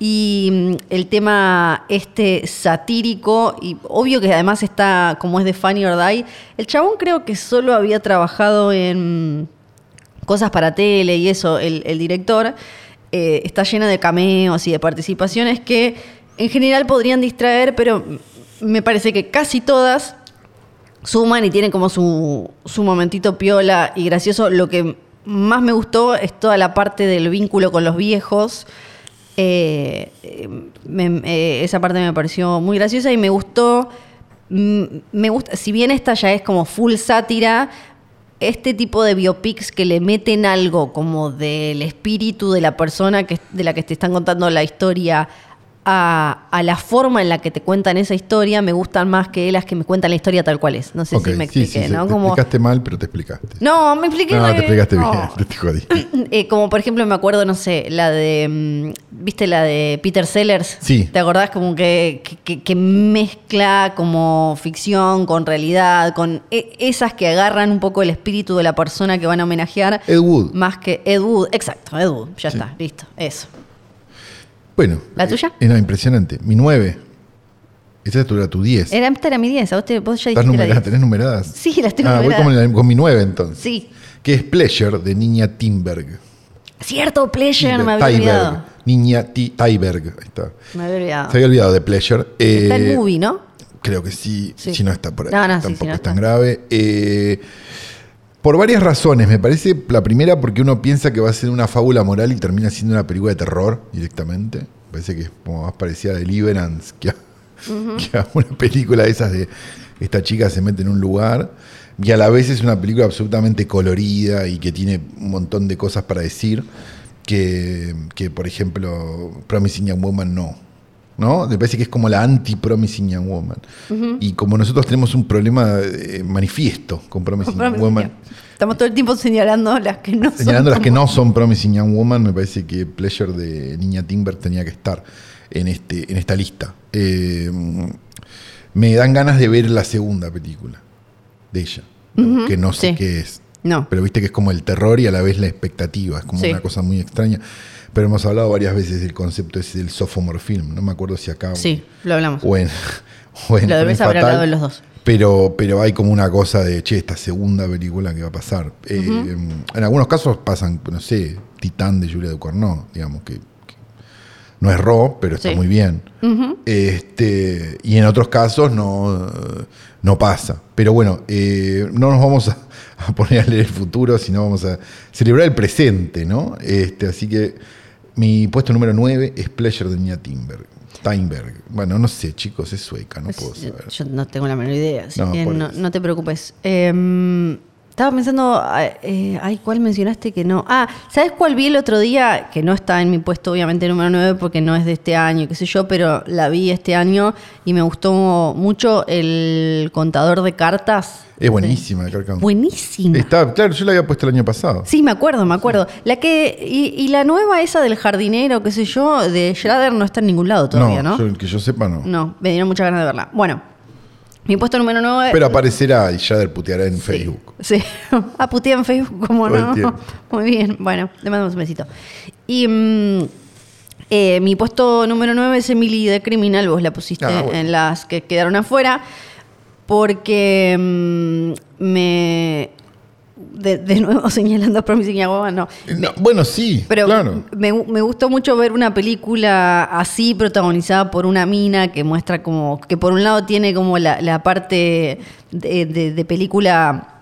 B: y mm, el tema este satírico, y obvio que además está como es de Funny or Die, el chabón creo que solo había trabajado en cosas para tele y eso, el, el director, eh, está llena de cameos y de participaciones que en general podrían distraer, pero me parece que casi todas suman y tienen como su, su momentito piola y gracioso. Lo que más me gustó es toda la parte del vínculo con los viejos. Eh, eh, me- eh, esa parte me pareció muy graciosa y me gustó. mm, Me gusta, si bien esta ya es como full sátira, este tipo de biopics que le meten algo como del espíritu de la persona que, de la que te están contando la historia a, a la forma en la que te cuentan esa historia, me gustan más que las que me cuentan la historia tal cual es. No sé
C: Ok,
B: si me
C: sí, sí,
B: expliqué,
C: sí,
B: ¿no?
C: Te
B: Como-
C: explicaste mal, pero te explicaste.
B: no, me expliqué.
C: No,
B: re-
C: te explicaste
B: no.
C: bien, te, te jodí.
B: Eh, como por ejemplo me acuerdo, no sé, la de, mm, ¿viste la de Peter Sellers?
C: Sí.
B: ¿Te acordás como que, que- que- que mezcla como ficción con realidad, con e- esas que agarran un poco el espíritu de la persona que van a homenajear?
C: Ed Wood.
B: Más que Ed Wood, exacto, Ed Wood, ya
C: Sí.
B: está, listo, eso.
C: Bueno.
B: ¿La tuya?
C: eh, no, impresionante. Mi 9. Esa es tu, era tu 10.
B: Era, esta era mi 10, a vos, te- vos ya dijiste
C: ¿Estás
B: la
C: numerada?
B: 10.
C: ¿Tenés numeradas?
B: Sí, las tengo
C: Ah, voy
B: numeradas.
C: con, la- con mi 9 entonces.
B: Sí,
C: Que es Pleasure de Niña Timberg.
B: cierto, Pleasure,
C: Timber-
B: me había
C: Tyberg.
B: olvidado.
C: Niña Ti- Tyberg. Ahí está.
B: Me había olvidado.
C: Se había olvidado de Pleasure.
B: Está
C: Eh,
B: el movie, ¿no?
C: Creo que sí,
B: Sí.
C: si no está por ahí.
B: No, no, sí,
C: Tampoco
B: si no
C: es tan
B: está.
C: grave. Eh, por varias razones, me parece. La primera, porque uno piensa que va a ser una fábula moral y termina siendo una película de terror directamente. Me parece que es como más parecida a Deliverance que a, que a una película de esas de esta chica se mete en un lugar. Y a la vez es una película absolutamente colorida y que tiene un montón de cosas para decir. Que, que, por ejemplo, Promising Young Woman no. ¿no? Me parece que es como la anti-Promising Young Woman. Y como nosotros tenemos un problema eh, manifiesto con Promising Young Woman,
B: Estamos todo el tiempo señalando las que no
C: señalando
B: son
C: las que no son Promising Young Woman, me parece que Pleasure de Niña Timber tenía que estar en, este, en esta lista. Eh, me dan ganas de ver la segunda película de ella,
B: Ujú,
C: que no sé
B: sí.
C: qué es.
B: No.
C: Pero viste que es como el terror y a la vez la expectativa, es como
B: Sí.
C: una cosa muy extraña. Pero hemos hablado varias veces del concepto ese del sophomore film, no me acuerdo si acá o-
B: Sí, lo hablamos.
C: o en, o en
B: Lo debes
C: Tren
B: haber
C: Fatal,
B: hablado de los dos.
C: Pero, pero hay como una cosa de, che, esta segunda película que va a pasar. Eh, En algunos casos pasan, no sé, Titán de Julia Ducournau, digamos, que, que no es Ro, pero está
B: Sí.
C: muy bien. este, y en otros casos no, no pasa. Pero bueno, eh, no nos vamos a, a poner a leer el futuro, sino vamos a celebrar el presente, ¿no? Este, así que mi puesto número 9 es Pleasure de Nia Timberg. Timberg. Bueno, no sé, chicos, es sueca, no puedo
B: Yo-
C: saber.
B: Yo no tengo la menor idea, así
C: No,
B: que
C: por
B: no,
C: eso.
B: no te preocupes. Eh, estaba pensando, ah, eh, ay, ¿cuál mencionaste que no? Ah, ¿sabes cuál vi el otro día? Que no está en mi puesto, obviamente, número 9, porque no es de este año, qué sé yo, pero la vi este año y me gustó mucho el contador de cartas.
C: Es buenísima, Carcam.
B: Buenísima.
C: Está, claro, yo la había puesto el año pasado.
B: Sí, me acuerdo, me acuerdo. La que y, y la nueva esa del jardinero, qué sé yo, de Schrader no está en ningún lado todavía, ¿no?
C: yo- que yo sepa, no.
B: No, me dieron muchas ganas de verla. Bueno, mi puesto número 9.
C: Pero aparecerá y Shader puteará en Facebook.
B: Sí. Ah, puteé en Facebook, como
C: Todo el
B: no.
C: tiempo.
B: Muy bien, bueno, le mandamos un besito. Y mm, eh, mi puesto número 9 es Emily de Criminal, vos la pusiste
C: Ah, bueno.
B: en las que quedaron afuera, porque mm, me. De, de nuevo señalando a Promising Young Woman, no.
C: Eh, no, bueno, sí,
B: Pero mm,
C: claro.
B: me, me gustó mucho ver una película así protagonizada por una mina que muestra como que por un lado tiene como la, la parte de, de- de película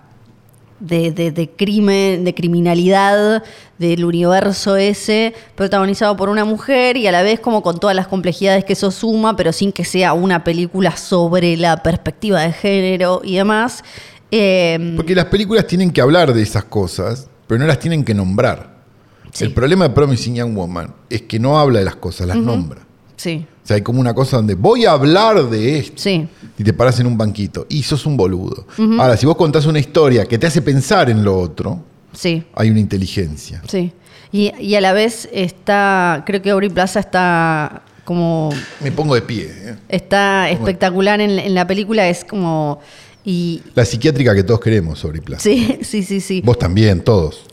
B: de, de- de crimen, de criminalidad del universo ese, protagonizado por una mujer y a la vez como con todas las complejidades que eso suma, pero sin que sea una película sobre la perspectiva de género y demás. Eh,
C: Porque las películas tienen que hablar de esas cosas, pero no las tienen que nombrar.
B: Sí.
C: El problema de Promising Young Woman es que no habla de las cosas, las nombra.
B: sí.
C: O sea, hay como una cosa donde voy a hablar de esto.
B: Sí.
C: Y te paras en un banquito. Y sos un boludo. Ahora, si vos contás una historia que te hace pensar en lo otro,
B: Sí.
C: hay una inteligencia.
B: Sí. Y, y a la vez está, creo que Aurí Plaza está como,
C: Me pongo de pie. ¿eh?
B: está espectacular en, en la película, es como, y
C: La psiquiátrica que todos queremos, sobre Plaza.
B: sí, sí, sí, sí.
C: Vos también, todos.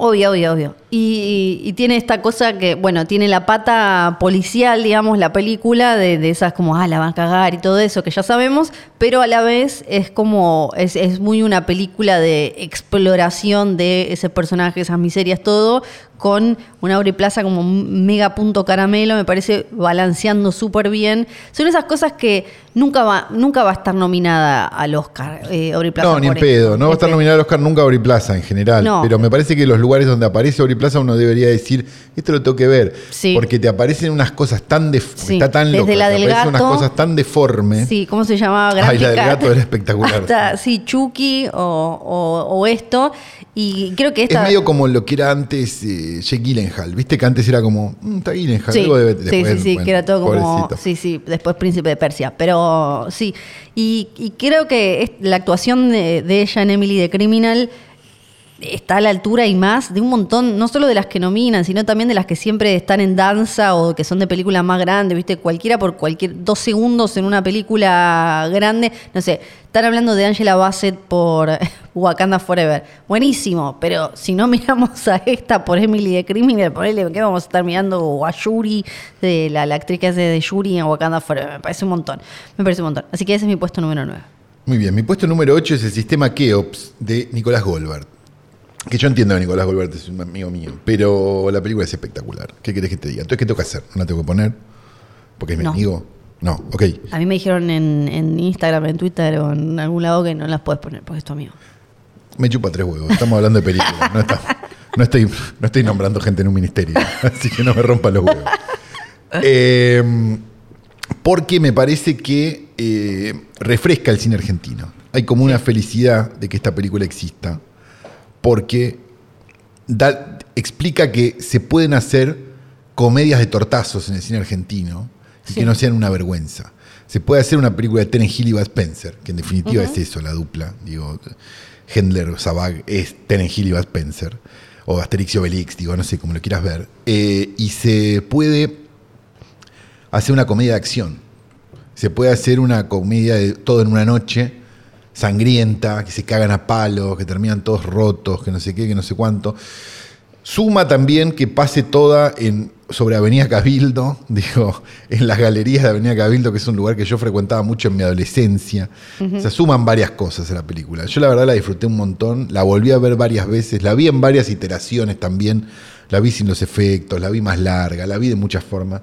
B: Obvio, obvio, obvio. Y, y tiene esta cosa que, bueno, tiene la pata policial, digamos, la película, de, de esas como, ah, la van a cagar y todo eso, que ya sabemos, pero a la vez es como, es, es muy una película de exploración de ese personaje, esas miserias, todo, con una Auri Plaza como un mega punto caramelo, me parece balanceando súper bien. Son esas cosas que nunca va, nunca va a estar nominada al Oscar, eh, Aubrey Plaza.
C: no, ni en
B: por esto.
C: pedo. No va a estar
B: Este-
C: nominado al Oscar nunca Ori Plaza en general.
B: No.
C: Pero me parece que los lugares donde aparece Ori Plaza uno debería decir, esto lo tengo que ver.
B: Sí.
C: Porque te aparecen unas cosas tan deformes.
B: Sí.
C: Está tan
B: Desde
C: loca.
B: la
C: te
B: del
C: aparecen unas
B: gato.
C: cosas tan deformes.
B: Sí, ¿cómo se llamaba?
C: ¿Eh? Ay, la del
B: Gráfica.
C: gato era espectacular.
B: Hasta, sí, Chucky o, o- o esto. Y creo que esta.
C: Es medio como lo que era antes eh, Jake Gyllenhaal. Viste que antes era como, "Mm, está Gyllenhaal.
B: Sí,
C: algo debe-
B: sí,
C: después,
B: sí, sí,
C: bueno,
B: que era todo como.
C: pobrecito.
B: Sí, sí, después Príncipe de Persia. Pero sí. Y, y creo que es- la actuación de, de ella en Emily de Criminal está a la altura y más de un montón, no solo de las que nominan, sino también de las que siempre están en danza o que son de películas más grandes, ¿viste? Cualquiera por cualquier dos segundos en una película grande, no sé, están hablando de Angela Bassett por Wakanda Forever. Buenísimo, pero si no miramos a esta por Emily de Criminal, ponele que vamos a estar mirando o a Yuri, de la, la actriz que hace de Yuri en Wakanda Forever, me parece un montón, me parece un montón. Así que ese es mi puesto número 9.
C: Muy bien, mi puesto número 8 es el sistema Keops de Nicolás Goldberg. Que yo entiendo que Nicolás Goldberg es un amigo mío, pero la película es espectacular. ¿Qué querés que te diga? Entonces, ¿qué tengo que hacer? ¿No la tengo que poner? ¿Porque es mi
B: No.
C: amigo? No, ok.
B: A mí me dijeron en, en Instagram, en Twitter o en algún lado que no las puedes poner porque es tu amigo.
C: Me chupa tres huevos. Estamos hablando de películas. No, estamos- no estoy, no estoy nombrando gente en un ministerio, así que no me rompan los huevos. Eh, porque me parece que eh, refresca el cine argentino. Hay como una felicidad de que esta película exista, porque da- explica que se pueden hacer comedias de tortazos en el cine argentino y
B: Sí.
C: que no sean una vergüenza. Se puede hacer una película de Terence Hill y Bud Spencer, que en definitiva es eso, la dupla. Digo, Hendler o Zabag es Terence Hill y Bud Spencer, o Asterix y Obelix, digo, no sé, como lo quieras ver. Eh, y se puede hacer una comedia de acción. Se puede hacer una comedia de todo en una noche, sangrienta, que se cagan a palos, que terminan todos rotos, que no sé qué, que no sé cuánto. Suma también que pase toda en, sobre Avenida Cabildo, digo, en las galerías de Avenida Cabildo, que es un lugar que yo frecuentaba mucho en mi adolescencia. Se suman varias cosas a la película. Yo la verdad la disfruté un montón, la volví a ver varias veces, la vi en varias iteraciones también, la vi sin los efectos, la vi más larga, la vi de muchas formas.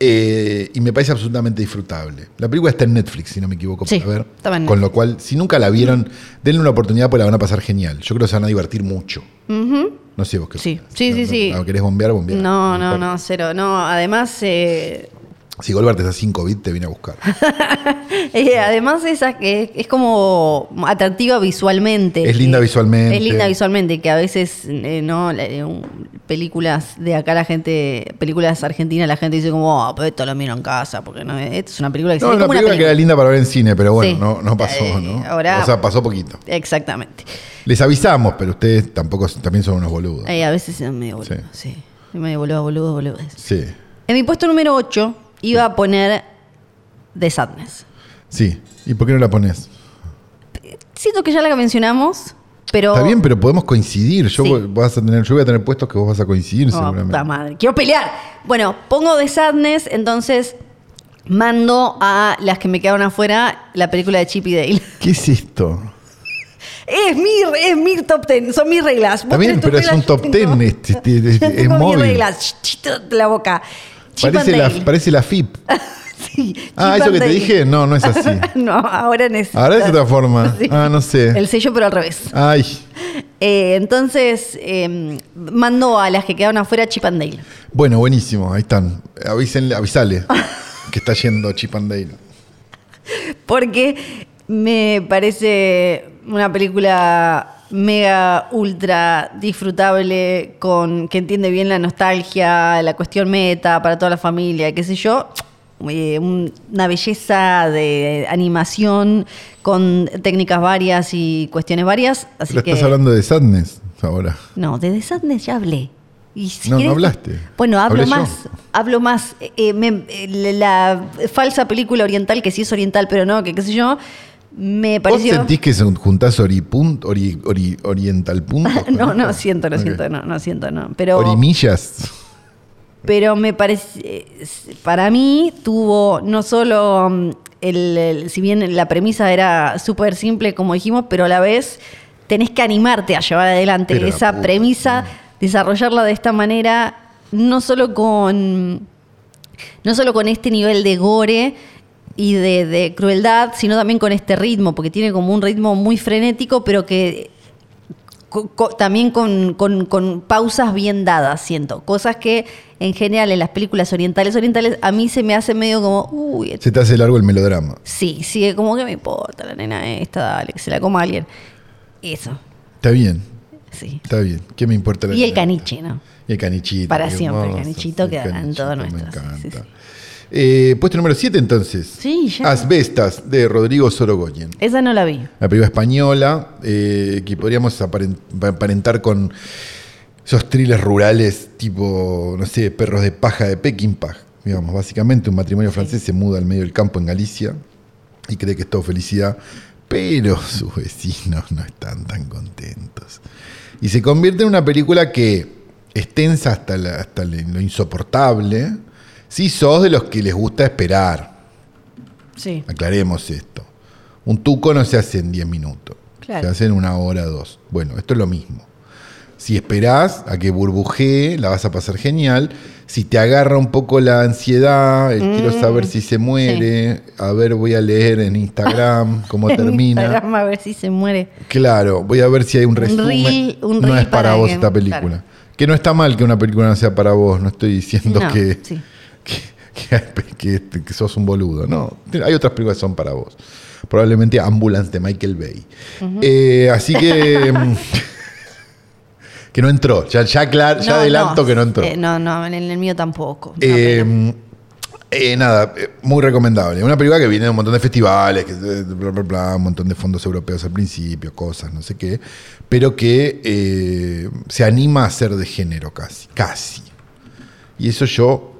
C: Eh, y me parece absolutamente disfrutable. La película está en Netflix, si no me equivoco,
B: Sí,
C: para ver.
B: estaba en
C: Con lo cual, si nunca la vieron, denle una oportunidad porque la van a pasar genial. Yo creo que se van a divertir mucho. No sé vos qué.
B: Sí,
C: opinás.
B: sí,
C: No,
B: sí,
C: no,
B: sí.
C: no, ¿Querés bombear? Bombear.
B: No, no,
C: importa.
B: no, cero. No, además, eh,
C: Si Goldberg te está sin COVID, te viene a buscar.
B: eh, además esa que es como atractiva visualmente.
C: Es linda
B: Eh,
C: visualmente.
B: Es linda visualmente, que a veces, eh, no, La- eh, un- películas de acá la gente, películas argentinas, la gente dice como, oh, pero esto lo miro en casa, porque no, esto es una película que se
C: No,
B: ve
C: una
B: como
C: película que era linda para ver en cine, pero bueno,
B: Sí.
C: no, no pasó,
B: Eh,
C: ¿no?
B: ahora-
C: O sea, pasó poquito.
B: Exactamente.
C: Les avisamos, pero ustedes tampoco también son unos boludos.
B: Eh, a veces es medio boludo, sí. Medio boludo, boludo, boludo.
C: Sí,
B: En mi puesto número 8 iba a poner The Sadness.
C: sí. ¿Y por qué no la pones?
B: Siento que ya la mencionamos, pero.
C: Está bien, pero podemos coincidir. Yo
B: Sí.
C: voy- vas a tener, yo voy a tener puestos que vos vas a coincidir
B: Oh,
C: seguramente.
B: puta madre. Quiero pelear. Bueno, pongo The Sadness, entonces mando a las que me quedaron afuera la película de Chip y Dale.
C: ¿Qué es esto?
B: Es mi, es mi top ten, son mis reglas. Vos
C: Está bien,
B: tenés tus
C: pero es
B: reglas,
C: un
B: yo
C: top
B: tengo-
C: ten, este, este, este,
B: yo
C: es
B: tengo mis
C: móvil.
B: reglas. Ch, ch, la boca. Chip
C: Parece
B: and
C: la,
B: Dale.
C: parece la FIP.
B: Sí, Chip
C: Ah,
B: and
C: eso que te
B: Dale.
C: dije, no, no es así.
B: no, ahora necesito.
C: Ahora es otra forma.
B: Sí.
C: Ah, no sé.
B: El sello, pero al revés.
C: Ay,
B: Eh, entonces, eh, mando a las que quedaron afuera Chip and Dale.
C: bueno, buenísimo, ahí están. Avísenle, avisale que está yendo Chip and Dale.
B: Porque me parece una película mega ultra disfrutable con que entiende bien la nostalgia, la cuestión meta para toda la familia, qué sé yo. eh, un- una belleza de animación con técnicas varias y cuestiones varias. Así
C: Pero
B: que,
C: estás hablando de sadness ahora.
B: No, de The Sadness ya hablé. Y si
C: No, no
B: querés-
C: hablaste.
B: Bueno, hablo
C: Hablé yo.
B: más. Hablo más. Eh, eh, me- eh, la falsa película oriental, que sí es oriental, pero no, que qué sé yo, me pareció.
C: ¿Vos sentís que se juntás oripunt, ori, ori- oriental punto?
B: no, no, siento, lo
C: Ok.
B: siento, no, no siento, no. Pero.
C: Orimillas.
B: Pero me parece, eh, para mí tuvo no solo mm, el, el- si bien la premisa era súper simple como dijimos, pero a la vez tenés que animarte a llevar adelante
C: Pero la
B: esa
C: puta,
B: premisa, desarrollarla de esta manera, no solo con no solo con este nivel de gore y de, de crueldad, sino también con este ritmo, porque tiene como un ritmo muy frenético, pero que co- co- también con, con- con pausas bien dadas, siento. Cosas que en general en las películas orientales, orientales, a mí se me hace medio como, uy,
C: Se te hace largo el melodrama.
B: sí, sí, como que me importa la nena esta, dale, que se la coma alguien. Eso,
C: Está bien,
B: sí.
C: está bien. ¿Qué me importa la
B: Y el
C: nena?
B: caniche, ¿no?
C: Y el canichito.
B: Para
C: qué
B: siempre, el
C: hermoso.
B: canichito quedará en
C: canichito,
B: todo
C: me
B: nuestro, sí,
C: encanta.
B: sí, sí.
C: Eh, puesto número 7 entonces.
B: Sí, ya.
C: Ah, Asbestas de Rodrigo Sorogoyen.
B: Esa no la vi.
C: La película española eh, que podríamos aparent- aparentar con esos thrillers rurales tipo, no sé, perros de paja de Peking Pag. Digamos, básicamente un matrimonio francés se muda al medio del campo en Galicia y cree que es todo felicidad, pero sus vecinos no están tan contentos. Y se convierte en una película que es tensa hasta, la- hasta lo insoportable si sos de los que les gusta esperar.
B: Sí.
C: Aclaremos esto. Un tuco no se hace en 10 minutos.
B: Claro.
C: Se hace en una hora dos. Bueno, esto es lo mismo. Si esperás a que burbujee, la vas a pasar genial. Si te agarra un poco la ansiedad, el
B: Mm.
C: quiero saber si se muere, a ver, voy a leer en Instagram cómo
B: En
C: termina.
B: Instagram, a ver si se muere.
C: Claro, voy a ver si hay un resumen.
B: reel- un
C: no
B: reel
C: es para,
B: para
C: vos
B: que-
C: esta película. Que no está mal que una película no sea para vos, no estoy diciendo
B: No,
C: que,
B: sí.
C: que, que- este, que- que sos un boludo. No, hay otras películas que son para vos. Probablemente Ambulance de Michael Bay. Eh, así que. mm, que no entró. Ya, ya, aclar- ya
B: No,
C: adelanto que no entró.
B: eh, no, no, en el el mío tampoco. No,
C: Eh,
B: pero-
C: eh, nada, eh, muy recomendable. Una película que viene de un montón de festivales, que, eh, bla, bla, bla, un montón de fondos europeos al principio, cosas, no sé qué, pero que eh, se anima a ser de género casi, casi. Y eso yo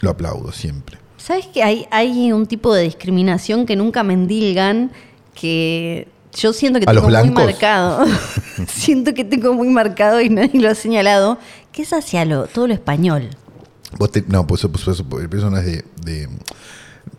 C: lo aplaudo siempre.
B: ¿Sabes que hay, hay un tipo de discriminación que nunca mendilgan que yo siento que
C: ¿A los
B: tengo muy
C: blancos?
B: marcado? siento que tengo muy marcado y nadie lo ha señalado, que es hacia lo, todo lo español.
C: Vos te- no, pues eso, pues eso, pues eso no es de, de-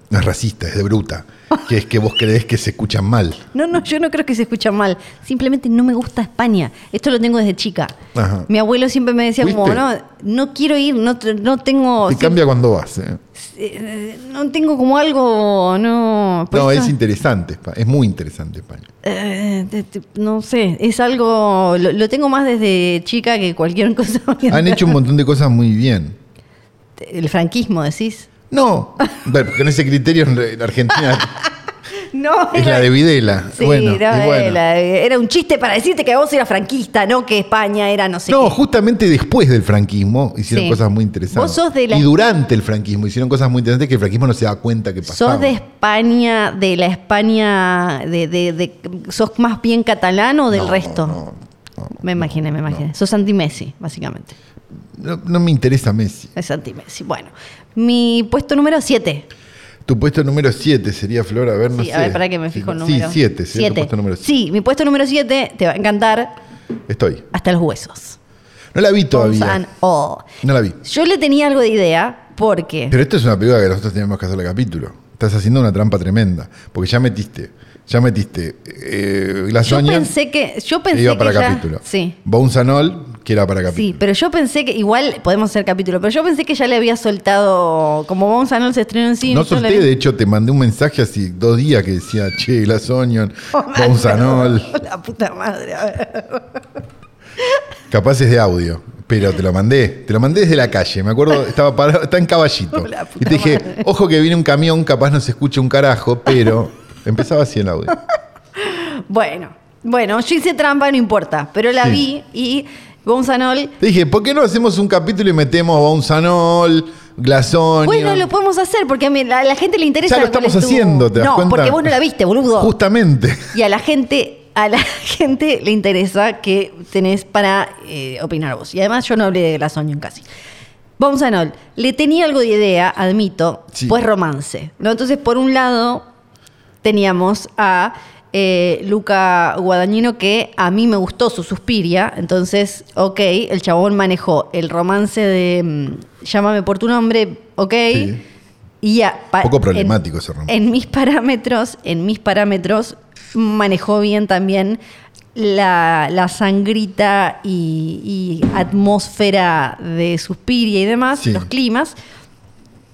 C: no es racista, es de bruta. Que es que vos crees que se escuchan mal.
B: No, no, yo no creo que se escucha mal. Simplemente no me gusta España. Esto lo tengo desde chica.
C: Ajá.
B: Mi abuelo siempre me decía como,
C: ¿Fuiste?
B: no, no quiero ir, no, te- no tengo...
C: Te cambia cuando vas. ¿eh?
B: eh, No tengo como algo, no... por
C: No,
B: eso-
C: es interesante, Espa- es muy interesante España.
B: Eh, te- te- no sé, es algo. Lo, lo tengo más desde chica que cualquier cosa.
C: Han hecho un montón de cosas muy bien.
B: El franquismo, decís.
C: No, bueno, porque en ese criterio en re- en Argentina
B: No,
C: es la de Videla.
B: Sí,
C: bueno,
B: no,
C: y bueno.
B: era, la- era un chiste para decirte que vos eras franquista, no que España era no sé
C: No,
B: qué.
C: justamente después del franquismo hicieron
B: Sí.
C: cosas muy interesantes.
B: Vos sos de la-
C: Y durante el franquismo hicieron cosas muy interesantes que el franquismo no se da cuenta que pasaban.
B: Sos de España, de la España, de, de- de- sos más bien catalán o del
C: No,
B: resto.
C: No, no.
B: me imaginé, me imaginé. Sos anti-Messi, básicamente.
C: No- no me interesa Messi.
B: Es anti-Messi. Bueno, mi puesto número 7.
C: Tu puesto número 7 sería, Flor, a ver, no
B: sí,
C: sé.
B: a ver, para que me fijo el número.
C: Sí, 7 sería tu
B: Siete.
C: puesto número 7.
B: Sí, mi puesto número 7 te va a encantar
C: Estoy.
B: hasta los huesos.
C: No la vi
B: Bones
C: todavía.
B: and all.
C: No la vi.
B: oh. Yo le tenía algo de idea porque...
C: Pero esto es una película que nosotros teníamos que hacerle capítulo. Estás haciendo una trampa tremenda. Porque ya metiste, ya metiste eh, Glass
B: yo
C: Onion,
B: pensé que... Yo
C: que
B: pensé
C: iba para
B: que ya-
C: capítulo.
B: sí.
C: Bones and All, que era para capítulo.
B: Sí, pero yo pensé que igual podemos hacer capítulo, pero yo pensé que ya le había soltado, como vamos a no se estrenó en cine.
C: no
B: yo le
C: solté,
B: había-
C: de hecho, te mandé un mensaje hace dos días que decía, che, Glass Onion, Bones and All.
B: La puta madre. a ver.
C: Capaz es de audio, pero te lo mandé. Te lo mandé desde la calle. Me acuerdo, estaba parado, está en caballito.
B: La puta
C: Y te dije,
B: madre.
C: ojo que viene un camión, capaz no se escucha un carajo, pero empezaba así el audio.
B: Bueno, bueno, yo hice trampa, no importa, pero la
C: Sí.
B: vi y Gonzanol
C: Te dije, ¿por qué no hacemos un capítulo y metemos Bonsanol, Glasón.
B: Bueno, lo podemos hacer porque a, mí- a la gente le interesa.
C: Ya lo
B: cuál
C: estamos
B: es tu-
C: haciendo, ¿te das
B: No,
C: cuenta?
B: porque vos no la viste, boludo.
C: Justamente.
B: Y a la gente, a la gente le interesa que tenés para eh, opinar vos. Y además yo no hablé de Glasoñón casi. Vamos a Nol. Le tenía algo de idea, admito,
C: Sí.
B: pues romance. ¿no? Entonces, por un lado, teníamos a eh, Luca Guadagnino, que a mí me gustó su suspiria. Entonces, ok, el chabón manejó el romance de mm, Llámame por tu nombre, ok.
C: Sí.
B: Y a- pa-
C: Poco
B: en-
C: problemático ese romance.
B: En mis parámetros, en mis parámetros, manejó bien también la, la sangrita y, y atmósfera de Suspiria y demás,
C: Sí.
B: los climas.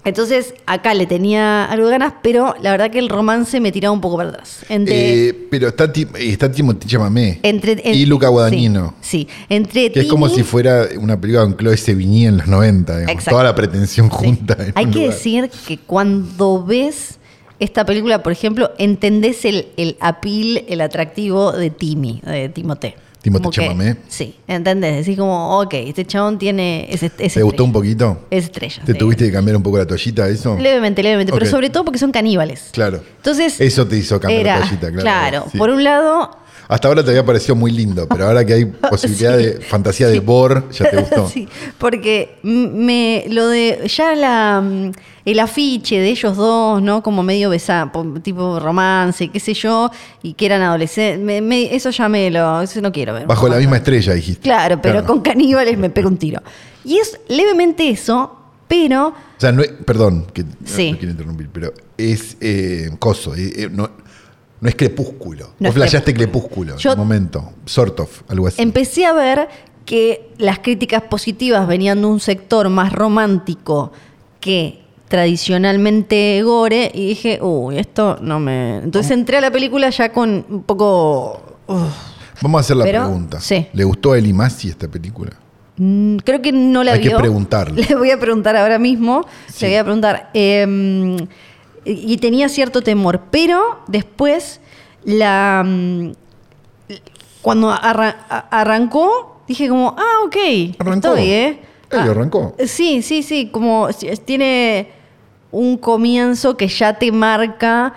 B: Entonces, acá le tenía algo de ganas, pero la verdad que el romance me tiraba un poco para atrás. Entre,
C: Eh, pero está, Ti- está Timothy Chamamé
B: entre, en-
C: y Luca Guadagnino.
B: Sí, sí. entre
C: Que es como
B: Tini-
C: si fuera una película con Chloe Sevigny en los 90, digamos.
B: Exacto.
C: toda la pretensión
B: Sí.
C: junta. en
B: Hay
C: un
B: que
C: lugar.
B: decir que cuando ves esta película, por ejemplo, entendés el, el apil, el atractivo de Timmy, de Timote.
C: Timothée
B: Como que-
C: Chalamet.
B: Sí, ¿entendés? Decís como, ok, este chabón tiene... Es, est- es
C: ¿Te
B: estrella.
C: gustó un poquito?
B: Es estrella.
C: ¿Te
B: sí.
C: tuviste que cambiar un poco la toallita a eso?
B: Levemente, levemente,
C: Ok.
B: pero sobre todo porque son caníbales.
C: Claro.
B: Entonces...
C: Eso te hizo cambiar
B: era-
C: la toallita, claro. Sí.
B: por un lado...
C: Hasta ahora te había parecido muy lindo, pero ahora que hay posibilidad
B: Sí.
C: de fantasía de Bor, ya te gustó.
B: sí, porque m- me lo de ya la mm, el afiche de ellos dos, ¿no? Como medio besa, po- tipo romance, qué sé yo, y que eran adolescentes, me- me- eso ya me lo eso no quiero ver.
C: Bajo la misma estrella, dijiste.
B: Claro, pero
C: Claro.
B: con caníbales me pego un tiro. Y es levemente eso, pero
C: O sea, no es- perdón, que
B: Sí.
C: no quiero interrumpir, pero es eh, coso, eh, eh, no, no es crepúsculo.
B: No
C: Vos
B: es
C: flasheaste crepúsculo,
B: Yo-
C: en un momento, sort of, algo así.
B: empecé a ver que las críticas positivas venían de un sector más romántico que tradicionalmente gore y dije, uy, esto no me... Entonces entré a la película ya con un poco... uf.
C: Vamos a hacer la
B: pero-
C: pregunta.
B: sí.
C: ¿Le gustó a Eli Masi esta película?
B: Mm, Creo que no la
C: Hay que
B: vio.
C: preguntarle.
B: Le voy a preguntar ahora mismo.
C: Sí.
B: Le voy a preguntar. Eh, y y tenía cierto temor, pero después la mm, cuando arra- a- arrancó dije como ah ok
C: Arrancó.
B: estoy eh
C: Eli
B: Ah,
C: arrancó.
B: sí sí sí como si- es- tiene un comienzo que ya te marca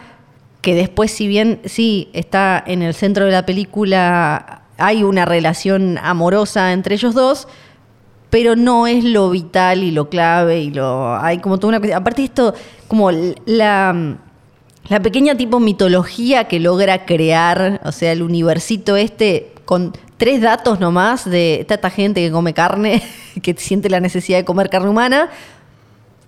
B: que después si bien sí está en el centro de la película hay una relación amorosa entre ellos dos pero no es lo vital y lo clave y lo hay como toda una cuestión. Aparte esto como l- la la pequeña tipo mitología que logra crear, o sea, el universito este con tres datos nomás de está esta gente que come carne, que siente la necesidad de comer carne humana.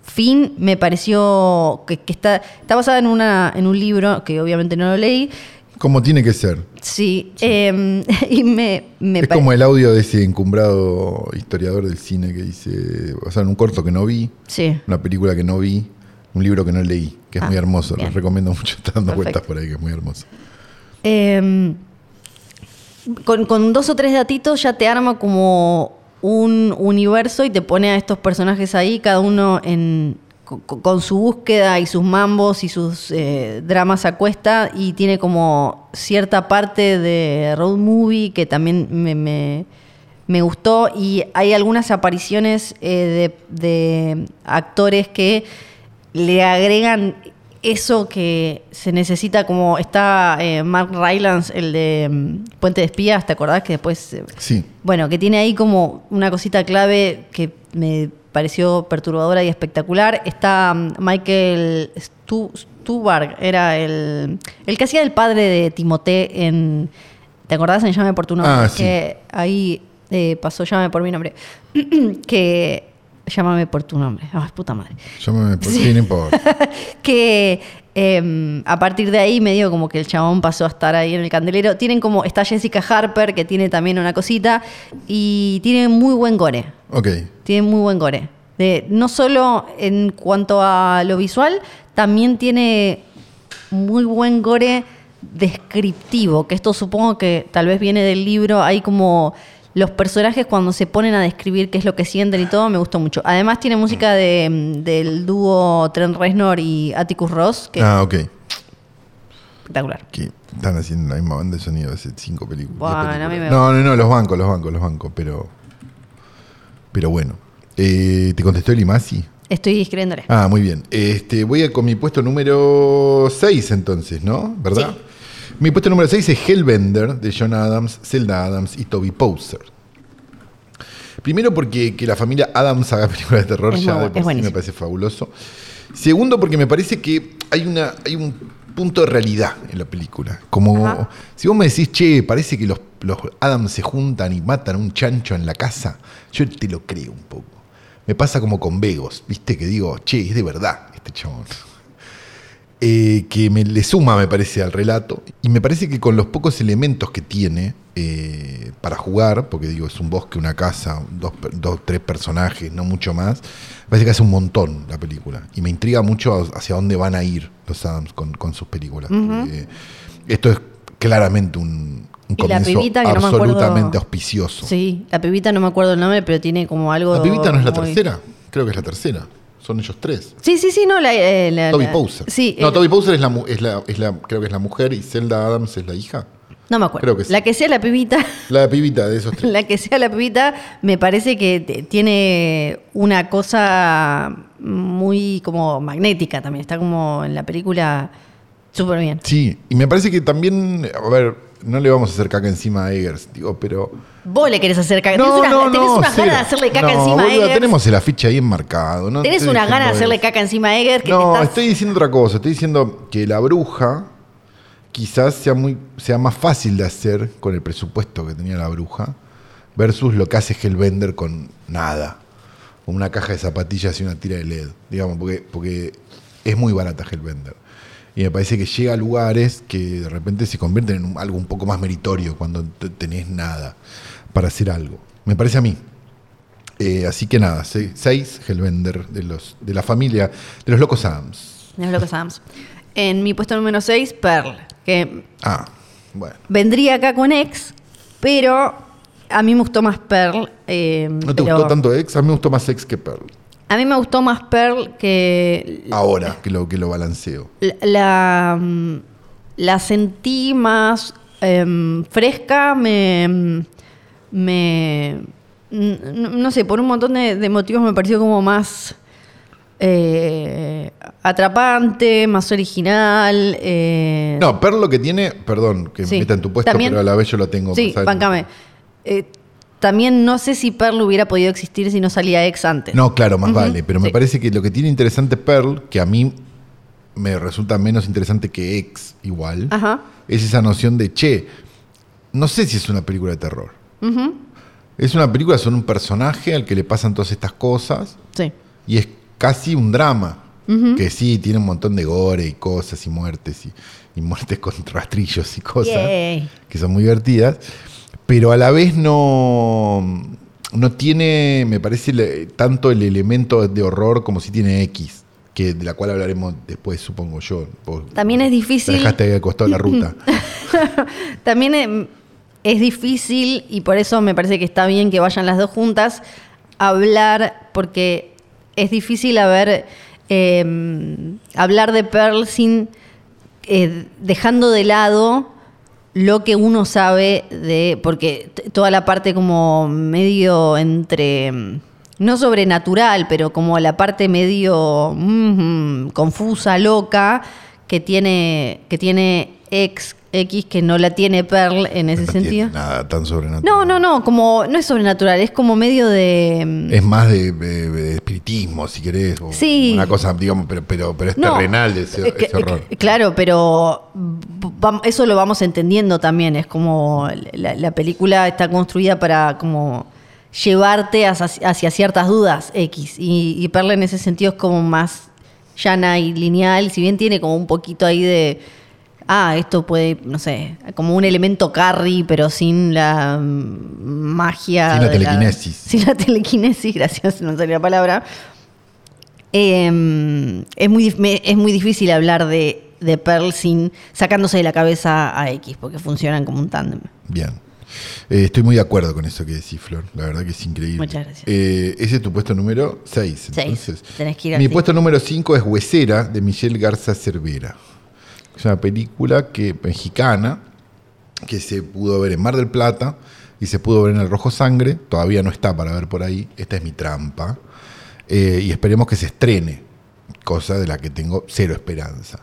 B: Fin, me pareció que, que está, está basada en, una, en un libro que obviamente no lo leí.
C: Como tiene que ser.
B: Sí, em, y me, me
C: es
B: pare-
C: como el audio de ese encumbrado historiador del cine que dice, o sea, en un corto que no vi,
B: Sí.
C: una película que no vi, un libro que no leí, que es
B: Ah,
C: muy hermoso.
B: bien.
C: Les recomiendo mucho, está dando
B: Perfecto.
C: vueltas por ahí, que es muy hermoso.
B: Em, con, con dos o tres datitos ya te arma como un universo y te pone a estos personajes ahí, cada uno en, co- co- con, su búsqueda y sus mambos y sus eh, dramas a cuesta y tiene como cierta parte de road movie que también me, me- me gustó y hay algunas apariciones eh, de, de actores que le agregan eso que se necesita, como está eh, Mark Rylance, el de mm, Puente de Espías, ¿te acordás? Que después. eh,
C: Sí.
B: Bueno, que tiene ahí como una cosita clave que me pareció perturbadora y espectacular. Está mm, Michael Stu- Stuhlbarg, era el, el que hacía el padre de Timoté en. ¿Te acordás en Llame por tu nombre?
C: Ah, sí.
B: Que ahí eh, pasó Llame por mi nombre. que. Llámame por tu nombre. Ay, puta madre
C: Llámame por
B: Sí.
C: sí, no importa.
B: que eh, a partir de ahí medio como que el chabón pasó a estar ahí en el candelero. Tienen como, está Jessica Harper, que tiene también una cosita, y tiene muy buen gore.
C: Ok.
B: Tiene muy buen gore. De, no solo en cuanto a lo visual, también tiene muy buen gore descriptivo, que esto supongo que tal vez viene del libro, hay como los personajes cuando se ponen a describir qué es lo que sienten y todo, me gustó mucho. Además tiene música de, mm, del dúo Trent Reznor y Atticus Ross, que
C: Ah, ok.
B: es espectacular.
C: Que están haciendo la misma banda de sonido hace cinco películas.
B: Bueno,
C: diez
B: a mí me-
C: películas. No, no, no, los bancos, los bancos, los bancos, pero. Pero bueno. Eh, ¿Te contestó Eli Masi?
B: Estoy escribiéndole.
C: Ah, muy bien. Este, voy a, con mi puesto número 6 entonces, ¿no? ¿Verdad? Mi puesto número 6 es Hellbender de John Adams, Zelda Adams y Toby Poser. Primero porque que la familia Adams haga películas de terror
B: Es
C: ya
B: muy
C: de
B: bu-
C: por
B: es
C: sí me
B: buenísimo.
C: parece fabuloso. Segundo porque me parece que hay, una, hay un punto de realidad en la película. Como
B: Ajá.
C: si vos me decís, che, parece que los, los Adams se juntan y matan a un chancho en la casa, yo te lo creo un poco. Me pasa como con Vegos, ¿viste? Que digo, che, es de verdad este chabón eh, que me, le suma, me parece, al relato. Y me parece que con los pocos elementos que tiene eh, para jugar, porque digo, es un bosque, una casa, dos, per- dos, tres personajes, no mucho más, me parece que hace un montón la película. Y me intriga mucho a- hacia dónde van a ir los Adams con, con sus películas. Eh, esto es claramente un, un
B: Y la
C: comienzo
B: pibita que no me acuerdo-
C: absolutamente auspicioso.
B: Sí, la pibita no me acuerdo el nombre, pero tiene como algo.
C: La pibita no es la
B: muy-
C: tercera, creo que es la tercera. Son ellos tres.
B: Sí, sí, sí, no, la. eh, la-
C: Toby
B: la-
C: Poser.
B: Sí.
C: no,
B: eh,
C: Toby Poser es la, mu- es, la, es la, creo que es la mujer y Zelda Adams es la hija.
B: no me acuerdo.
C: creo que sí.
B: La que sea la pibita.
C: La pibita de esos tres.
B: La que sea la pibita, me parece que te- tiene una cosa muy como magnética también. Está como en la película súper bien.
C: Sí, y me parece que también, a ver, no le vamos a hacer caca encima a Eggers, digo, pero...
B: Vos le querés hacer caca. tenés una, tenés una
C: cero.
B: gana de hacerle caca
C: No,
B: encima a
C: boluda,
B: Eggers.
C: tenemos el afiche ahí enmarcado. No
B: Tenés
C: estoy
B: una
C: diciendo
B: gana de hacerle
C: eso.
B: caca encima a Egger que
C: No,
B: te estás-
C: estoy diciendo otra cosa. Estoy diciendo que la bruja quizás sea, muy, sea más fácil de hacer con el presupuesto que tenía la bruja versus lo que hace Hellbender con nada. Con una caja de zapatillas y una tira de LED. Digamos, porque, porque es muy barata Hellbender. Y me parece que llega a lugares que de repente se convierten en un- algo un poco más meritorio cuando te- tenés nada para hacer algo. Me parece a mí. Eh, así que nada, se- seis Hellbender de, los, de la familia de los Locos Adams.
B: No es lo que sabemos. En mi puesto número 6, Pearl. Que
C: Ah, bueno.
B: vendría acá con X, pero a mí me gustó más Pearl. eh,
C: ¿No te
B: pero-
C: gustó tanto Ex? A mí me gustó más Ex que Pearl.
B: A mí me gustó más Pearl que
C: Ahora que lo, que lo balanceo.
B: la, la, mm, la sentí más em, fresca, me, me n- no, sé, por un montón de, de motivos me pareció como más eh, atrapante, más original. eh,
C: No, Pearl lo que tiene, perdón, que
B: Sí.
C: me meta en tu puesto,
B: También-
C: pero a la vez yo lo tengo.
B: sí,
C: más alto.
B: bancame. Eh, también no sé si Pearl hubiera podido existir si no salía ex antes.
C: No, claro, más vale. Pero me
B: sí.
C: parece que lo que tiene interesante Pearl, que a mí me resulta menos interesante que Ex igual,
B: Ajá.
C: es esa noción de, che, no sé si es una película de terror. Es una película sobre un personaje al que le pasan todas estas cosas.
B: Sí.
C: y es casi un drama. Que sí, tiene un montón de gore y cosas y muertes y, y muertes con rastrillos y cosas
B: Yay.
C: que son muy divertidas, pero a la vez no, no tiene, me parece, le- tanto el elemento de horror como si tiene X, que de la cual hablaremos después, supongo yo. Vos
B: También es difícil.
C: La dejaste ahí al costado de la ruta.
B: También em, es difícil, y por eso me parece que está bien que vayan las dos juntas, hablar, porque es difícil haber, em, hablar de Pearl sin eh, dejando de lado lo que uno sabe de. porque t- toda la parte como medio entre. mm, no sobrenatural, pero como la parte medio mm, mm, confusa, loca, que tiene. que tiene ex, X, que no la tiene Pearl en ese
C: No tiene
B: sentido.
C: Nada tan sobrenatural.
B: No, no, no, como. no es sobrenatural, es como medio de. mm,
C: Es más de, de- de espiritismo, si querés. o
B: Sí.
C: Una cosa, digamos, pero, pero, pero es
B: No,
C: terrenal ese,
B: eh, que-
C: ese horror.
B: que- Claro, pero v- vam- eso lo vamos entendiendo también. Es como la, la película está construida para como llevarte hacia, hacia ciertas dudas X. Y, y Perla en ese sentido es como más llana y lineal, si bien tiene como un poquito ahí de... Ah, esto puede, no sé, como un elemento carry, pero sin la mm, magia.
C: Sin la
B: de
C: telequinesis.
B: sin la telequinesis, gracias, no salió la palabra. Eh, es, muy, dif- me- es muy difícil hablar de, de Pearl sin sacándose de la cabeza a X, porque funcionan como un tándem.
C: Bien. Eh, estoy muy de acuerdo con eso que decís, Flor. La verdad que es increíble.
B: Muchas gracias.
C: Eh, ese es tu puesto número 6.
B: Seis. Tenés que ir al
C: Mi
B: cinco.
C: puesto número 5 es Huesera, de Michelle Garza Cervera. Es una película que, mexicana que se pudo ver en Mar del Plata y se pudo ver en El Rojo Sangre. Todavía no está para ver por ahí. Esta es mi trampa. eh, y esperemos que se estrene, cosa de la que tengo cero esperanza.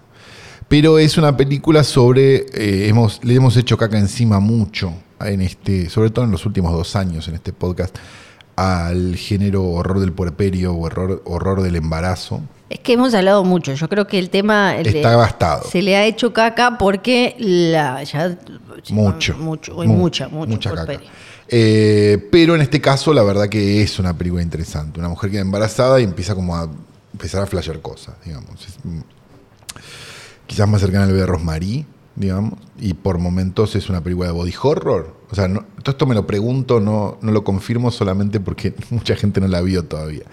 C: Pero es una película sobre, eh, hemos, le hemos hecho caca encima mucho, en este, sobre todo en los últimos dos años en este podcast, al género horror del puerperio o horror, horror del embarazo.
B: Es que hemos hablado mucho. Yo creo que el tema el-
C: Está gastado.
B: se le ha hecho caca porque la ya
C: Mucho.
B: mucho, uy,
C: Mu-
B: mucha, mucho por
C: caca.
B: peli.
C: Eh, pero en este caso, la verdad que es una película interesante. Una mujer queda embarazada y empieza como a empezar a flashear cosas, digamos. Es, mm, quizás más cercana al de Rosemary, digamos. Y por momentos es una película de body horror. O sea, no- todo esto me lo pregunto, no, no lo confirmo solamente porque mucha gente no la vio todavía.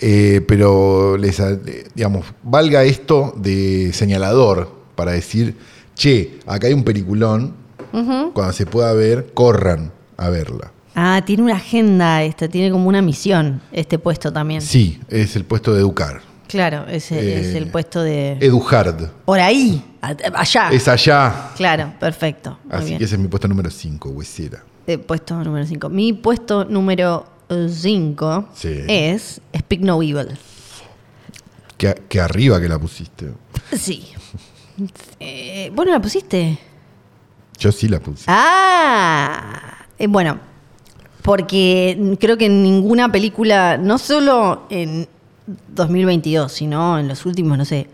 C: Eh, pero, les, a- eh, digamos, valga esto de señalador para decir, che, acá hay un peliculón, cuando se pueda ver, corran a verla.
B: Ah, tiene una agenda esta, tiene como una misión este puesto también.
C: Sí, es el puesto de educar.
B: Claro, ese es
C: Eh,
B: el puesto de
C: Eduhard.
B: por ahí, a- allá.
C: Es allá.
B: Claro, perfecto. Ah. Muy
C: Así
B: bien.
C: que ese es mi puesto número 5, huesera.
B: Eh, puesto número 5. Mi puesto número 5
C: Sí.
B: es Speak No Evil.
C: Que, que arriba que la pusiste.
B: Sí. Eh, ¿Vos no la pusiste?
C: Yo sí la puse.
B: Ah, Eh, bueno, porque creo que en ninguna película, no solo en 2022, sino en los últimos, no sé,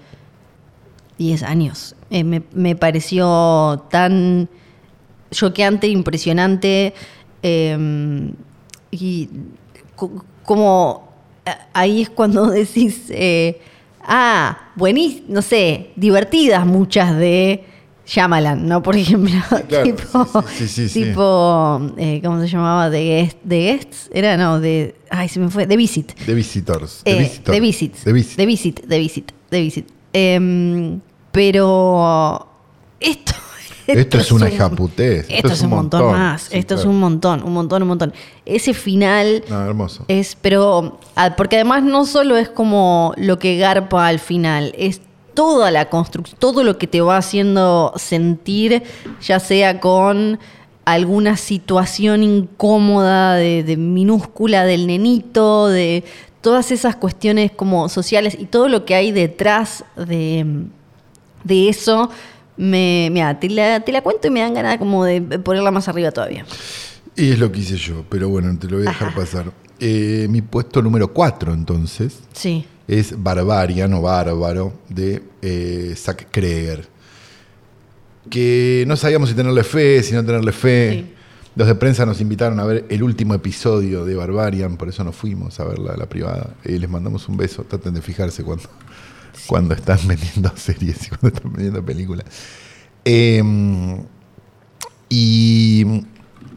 B: 10 años, eh, me, me pareció tan choqueante, impresionante, eh, y co- como a- ahí es cuando decís, eh, ah, buenísimo, no sé, divertidas muchas de... Shyamalan, ¿no? Por ejemplo,
C: claro,
B: tipo,
C: sí, sí, sí, sí.
B: tipo eh, ¿cómo se llamaba? The, Guest- The Guests, era, no, de, ay, se me fue, The Visit.
C: The Visitors.
B: Eh,
C: The Visitors.
B: The Visit.
C: The Visit.
B: The Visit. The Visit. The Visit. Em, pero esto,
C: Esto, es una
B: un-
C: japutez.
B: Esto, es un montón, más.
C: Sí,
B: esto es
C: claro.
B: un montón, un montón, un montón. Ese final
C: No, hermoso.
B: es, pero, ah, porque además no solo es como lo que garpa al final, es toda la construcción, todo lo que te va haciendo sentir, ya sea con alguna situación incómoda, de, de minúscula del nenito, de todas esas cuestiones como sociales y todo lo que hay detrás de, de eso. Me, mira, te la, te la cuento y me dan ganas como de ponerla más arriba todavía.
C: Y es lo que hice yo, pero bueno, te lo voy a dejar
B: Ajá.
C: pasar. Eh, mi puesto número 4, entonces,
B: Sí.
C: es Barbarian o Bárbaro de eh, Zack Kreger. Que no sabíamos si tenerle fe, si no tenerle fe.
B: Sí.
C: Los de prensa nos invitaron a ver el último episodio de Barbarian, por eso nos fuimos a verla a la privada. Eh, les mandamos un beso, traten de fijarse cuando, cuando están vendiendo series y cuando están vendiendo películas. Eh, y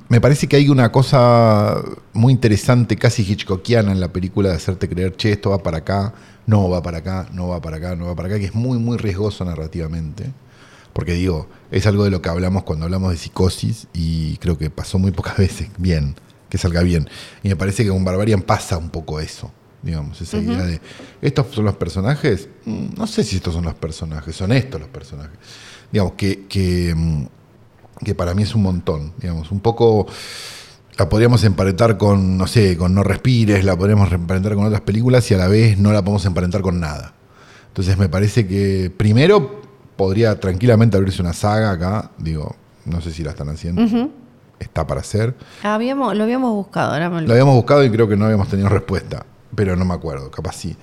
C: me parece que hay una cosa muy interesante, casi hitchcockiana en la película de hacerte creer, che, esto va para acá, no va para acá, no va para acá, no va para acá, que es muy, muy riesgoso narrativamente. Porque digo, es algo de lo que hablamos cuando hablamos de psicosis y creo que pasó muy pocas veces bien, que salga bien. Y me parece que con Barbarian pasa un poco eso, digamos, esa idea de, ¿estos son los personajes? Mm, No sé si estos son los personajes, son estos los personajes. Digamos, que, que, mm, que para mí es un montón, digamos, un poco la podríamos emparentar con, no sé, con No Respires, la podríamos emparentar con otras películas y a la vez no la podemos emparentar con nada. Entonces me parece que primero podría tranquilamente abrirse una saga acá, digo, no sé si la están haciendo, está para hacer.
B: Ah, Habíamos, lo habíamos buscado, ahora me olvidé.
C: Lo habíamos buscado y creo que no habíamos tenido respuesta, pero no me acuerdo, capaz sí.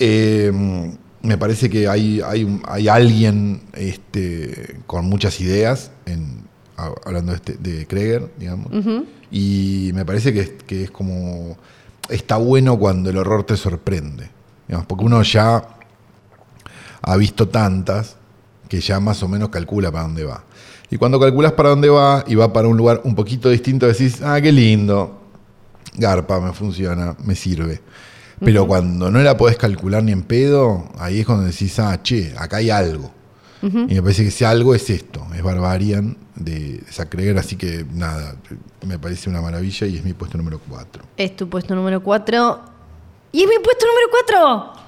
C: Eh, me parece que hay, hay, un- hay alguien este, con muchas ideas, en, a- hablando de, este- de Kreger, digamos, y me parece que es, que es como, está bueno cuando el horror te sorprende, digamos, porque uno ya ha visto tantas que ya más o menos calcula para dónde va. Y cuando calculas para dónde va y va para un lugar un poquito distinto, decís, ah, qué lindo, garpa, me funciona, me sirve. Pero cuando no la podés calcular ni en pedo, ahí es cuando decís, ah, che, acá hay algo. Y me parece que ese algo es esto, es Barbarian de Zack Kreger, así que nada, me parece una maravilla y es mi puesto número 4.
B: Es tu puesto número 4. ¡Y es mi puesto número 4!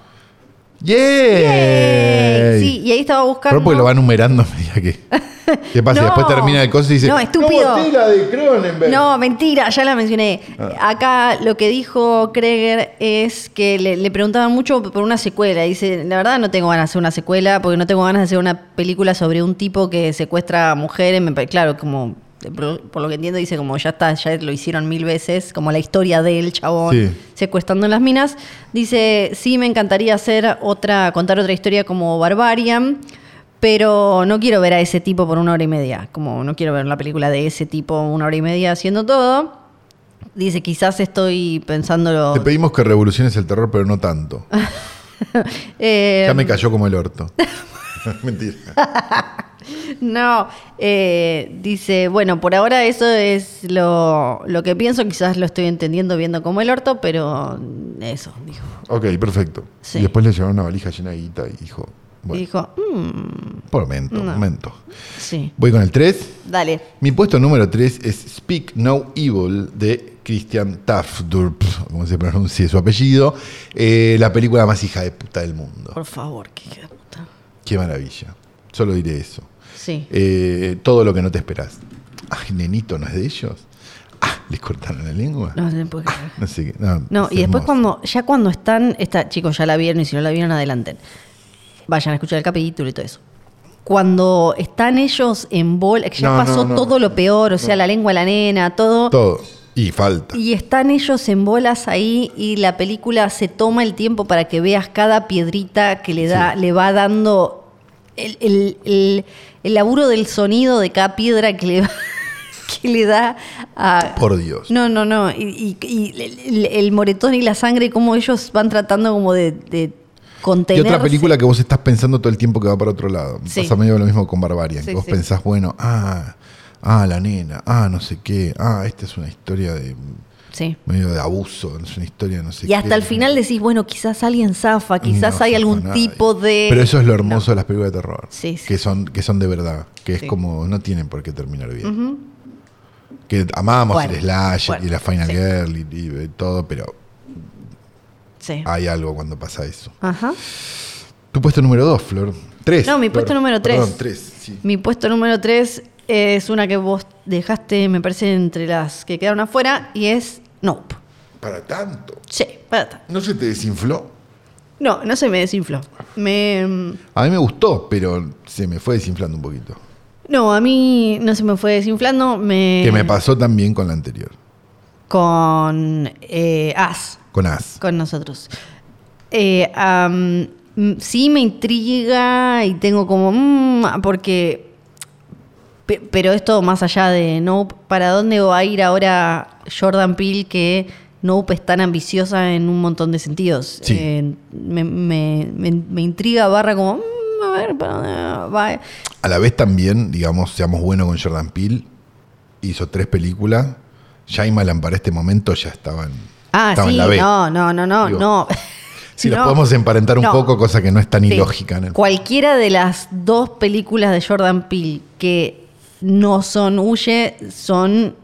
C: ¡Yay! pues
B: Sí, y ahí estaba buscando.
C: Pero porque lo va numerando a medida que... ¿Qué pasa?
B: No.
C: Después termina el coso y dice.
B: No, estúpido.
C: "No voté la de Cronenberg".
B: No, mentira, ya la mencioné. Acá lo que dijo Kreger es que le, le preguntaban mucho por una secuela. Dice, la verdad no tengo ganas de hacer una secuela porque no tengo ganas de hacer una película sobre un tipo que secuestra a mujeres. Me pa- Claro, como por por lo que entiendo dice como ya está, ya lo hicieron mil veces, como la historia del chabón
C: Sí.
B: secuestrando en las minas. Dice, sí, me encantaría hacer otra, contar otra historia como Barbarian, pero no quiero ver a ese tipo por una hora y media. Como no quiero ver la película de ese tipo una hora y media haciendo todo. Dice, quizás estoy pensándolo.
C: Te pedimos que revoluciones el terror, pero no tanto.
B: Eh,
C: Ya me cayó como el orto. Mentira.
B: No, eh, dice, bueno, por ahora eso es lo, lo que pienso, quizás lo estoy entendiendo viendo como el orto, pero eso, dijo.
C: Ok, perfecto.
B: Sí.
C: Y después le llevaron una valija llena de guita y dijo.
B: Y
C: Bueno,
B: dijo, "Mm,
C: por momento, momento.
B: sí,
C: Voy con el 3.
B: dale.
C: Mi puesto número 3 es Speak No Evil de Christian Tafdurp, como se pronuncia su apellido. Eh, la película más hija de puta del mundo.
B: Por favor, que hija de puta.
C: Qué maravilla. Solo diré eso.
B: Sí.
C: Eh, todo lo que no te esperás. Ay, nenito, ¿no es de ellos? Ah, les cortaron la lengua.
B: No, no puedo creer.
C: No sé qué. No,
B: No,
C: es
B: y después
C: hermoso.
B: cuando, ya cuando están, está, chicos, ya la vieron y si no la vieron, adelante. Vayan a escuchar el capítulo y todo eso. Cuando están ellos en bola, que ya
C: No, no,
B: pasó
C: no.
B: todo lo peor, o sea, la lengua de la nena, todo.
C: Todo. Y falta.
B: Y están ellos en bolas ahí y la película se toma el tiempo para que veas cada piedrita que le da, le va dando el, el- el- el laburo del sonido de cada piedra que le, va- que le da a...
C: Por Dios.
B: No, no, no. Y, y- y el, el- el moretón y la sangre, cómo ellos van tratando como de, de
C: Y
B: contenerse.
C: otra película que vos estás pensando todo el tiempo que va para otro lado.
B: Sí.
C: Pasa medio lo mismo con Barbarian.
B: Sí,
C: que vos
B: sí.
C: pensás, bueno, ah, ah, la nena, ah, no sé qué, ah, esta es una historia de
B: Sí.
C: medio de abuso, es una historia de no sé
B: Y
C: qué.
B: hasta el final decís, bueno, quizás alguien zafa, quizás
C: No
B: hay
C: zafa
B: algún
C: nadie.
B: tipo de...
C: Pero eso es lo hermoso de las películas de terror.
B: Sí, sí.
C: Que son, que son de verdad. Que es
B: Sí.
C: como, no tienen por qué terminar bien. Que amamos
B: Bueno,
C: el slasher
B: bueno,
C: y la Final
B: sí.
C: Girl y, y eh, todo, pero
B: Sí.
C: hay algo cuando pasa eso.
B: Ajá.
C: Tu puesto número 2, Flor. 3.
B: No, mi puesto número tres.
C: Perdón, 3, sí.
B: Mi puesto número 3 es una que vos dejaste, me parece, entre las que quedaron afuera, y es Nope.
C: Para tanto.
B: Sí, parata.
C: ¿No se te desinfló?
B: No, no se me desinfló. Me, mm,
C: A mí me gustó, pero se me fue desinflando un poquito.
B: no, a mí no se me fue desinflando. Me,
C: Que me pasó también con la anterior.
B: Con eh, As,
C: Con As.
B: con nosotros. Eh, am, mm, sí me intriga y tengo como... mm, porque... pe- Pero esto más allá de Nope, ¿para dónde va a ir ahora Jordan Peele que Nope es tan ambiciosa en un montón de sentidos?
C: Sí.
B: Eh, me, me- me- me intriga barra como... mm, a ver, ¿para dónde va?
C: A la vez también, digamos, seamos buenos con Jordan Peele. Hizo tres películas. Shyamalan para este momento ya estaban.
B: Ah,
C: estaba
B: sí,
C: en la B.
B: no, no, no, no,
C: Digo,
B: no.
C: Si los
B: No.
C: podemos emparentar un
B: No.
C: poco, cosa que no es tan
B: Sí.
C: ilógica. en el-
B: Cualquiera de las dos películas de Jordan Peele que no son Huye son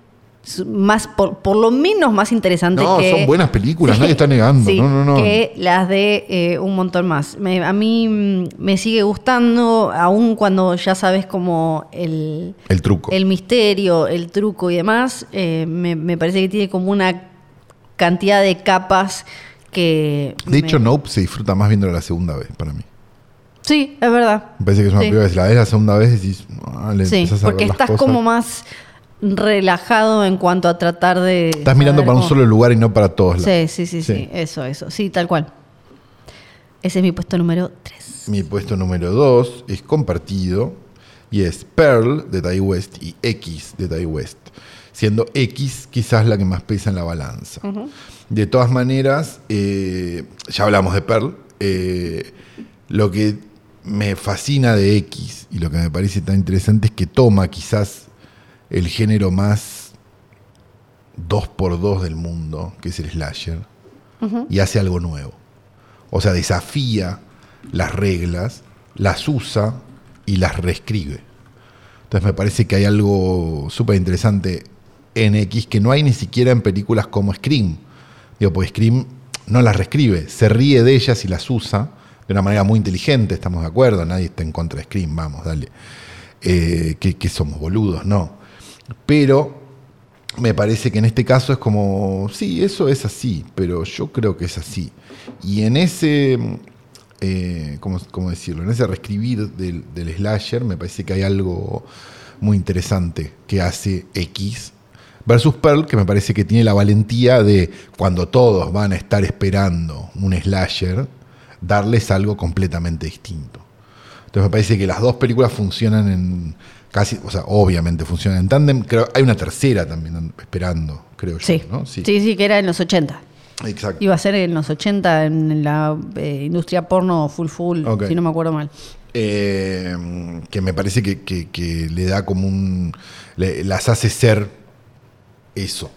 B: s- más por, por lo menos más interesantes
C: No,
B: que
C: son buenas películas, nadie está negando, no, no, no.
B: que las de eh, un montón más Me- a mí mm, me sigue gustando aun cuando ya sabes como el
C: El truco.
B: el misterio, el truco y demás, eh, me, me parece que tiene como una cantidad de capas que... me-
C: De hecho, Nope se disfruta más viéndolo la segunda vez para mí.
B: Sí, es verdad.
C: Me parece que es una
B: Sí.
C: película que si la ves la segunda vez decís, ah, le
B: Sí,
C: empezás a ver
B: porque
C: las
B: estás
C: cosas.
B: como más relajado en cuanto a tratar de...
C: Estás mirando
B: saber
C: para un
B: cómo-
C: solo lugar y no para todos lados.
B: Sí, sí, sí, sí,
C: Sí.
B: eso, eso. Sí, tal cual. Ese es mi puesto número 3.
C: Mi puesto número 2 es compartido y es Pearl de Ty West y X de Ty West, siendo X quizás la que más pesa en la balanza. De todas maneras, eh, ya hablamos de Pearl, eh, lo que me fascina de X y lo que me parece tan interesante es que toma quizás el género más 2x2 del mundo, que es el slasher, y hace algo nuevo. O sea, desafía las reglas, las usa y las reescribe. Entonces me parece que hay algo súper interesante en X que no hay ni siquiera en películas como Scream. Digo, porque Scream no las reescribe, se ríe de ellas y las usa de una manera muy inteligente, estamos de acuerdo, nadie está en contra de Scream, vamos, dale. eh, que, que somos boludos, no. Pero me parece que en este caso es como, sí, eso es así, pero yo creo que es así. Y en ese, mm, eh, ¿cómo, cómo decirlo? En ese reescribir del, del slasher me parece que hay algo muy interesante que hace X versus Pearl, que me parece que tiene la valentía de, cuando todos van a estar esperando un slasher, darles algo completamente distinto. Entonces me parece que las dos películas funcionan en casi, o sea, obviamente funcionan en tándem. Creo, hay una tercera también esperando, creo yo,
B: Sí.
C: ¿no?
B: sí, sí, que era en los 80.
C: Exacto.
B: Iba a ser en los 80 en la eh, industria porno full full,
C: Ok.
B: si no me acuerdo mal.
C: Eh, que me parece que, que- que le da como un. le- las hace ser eso.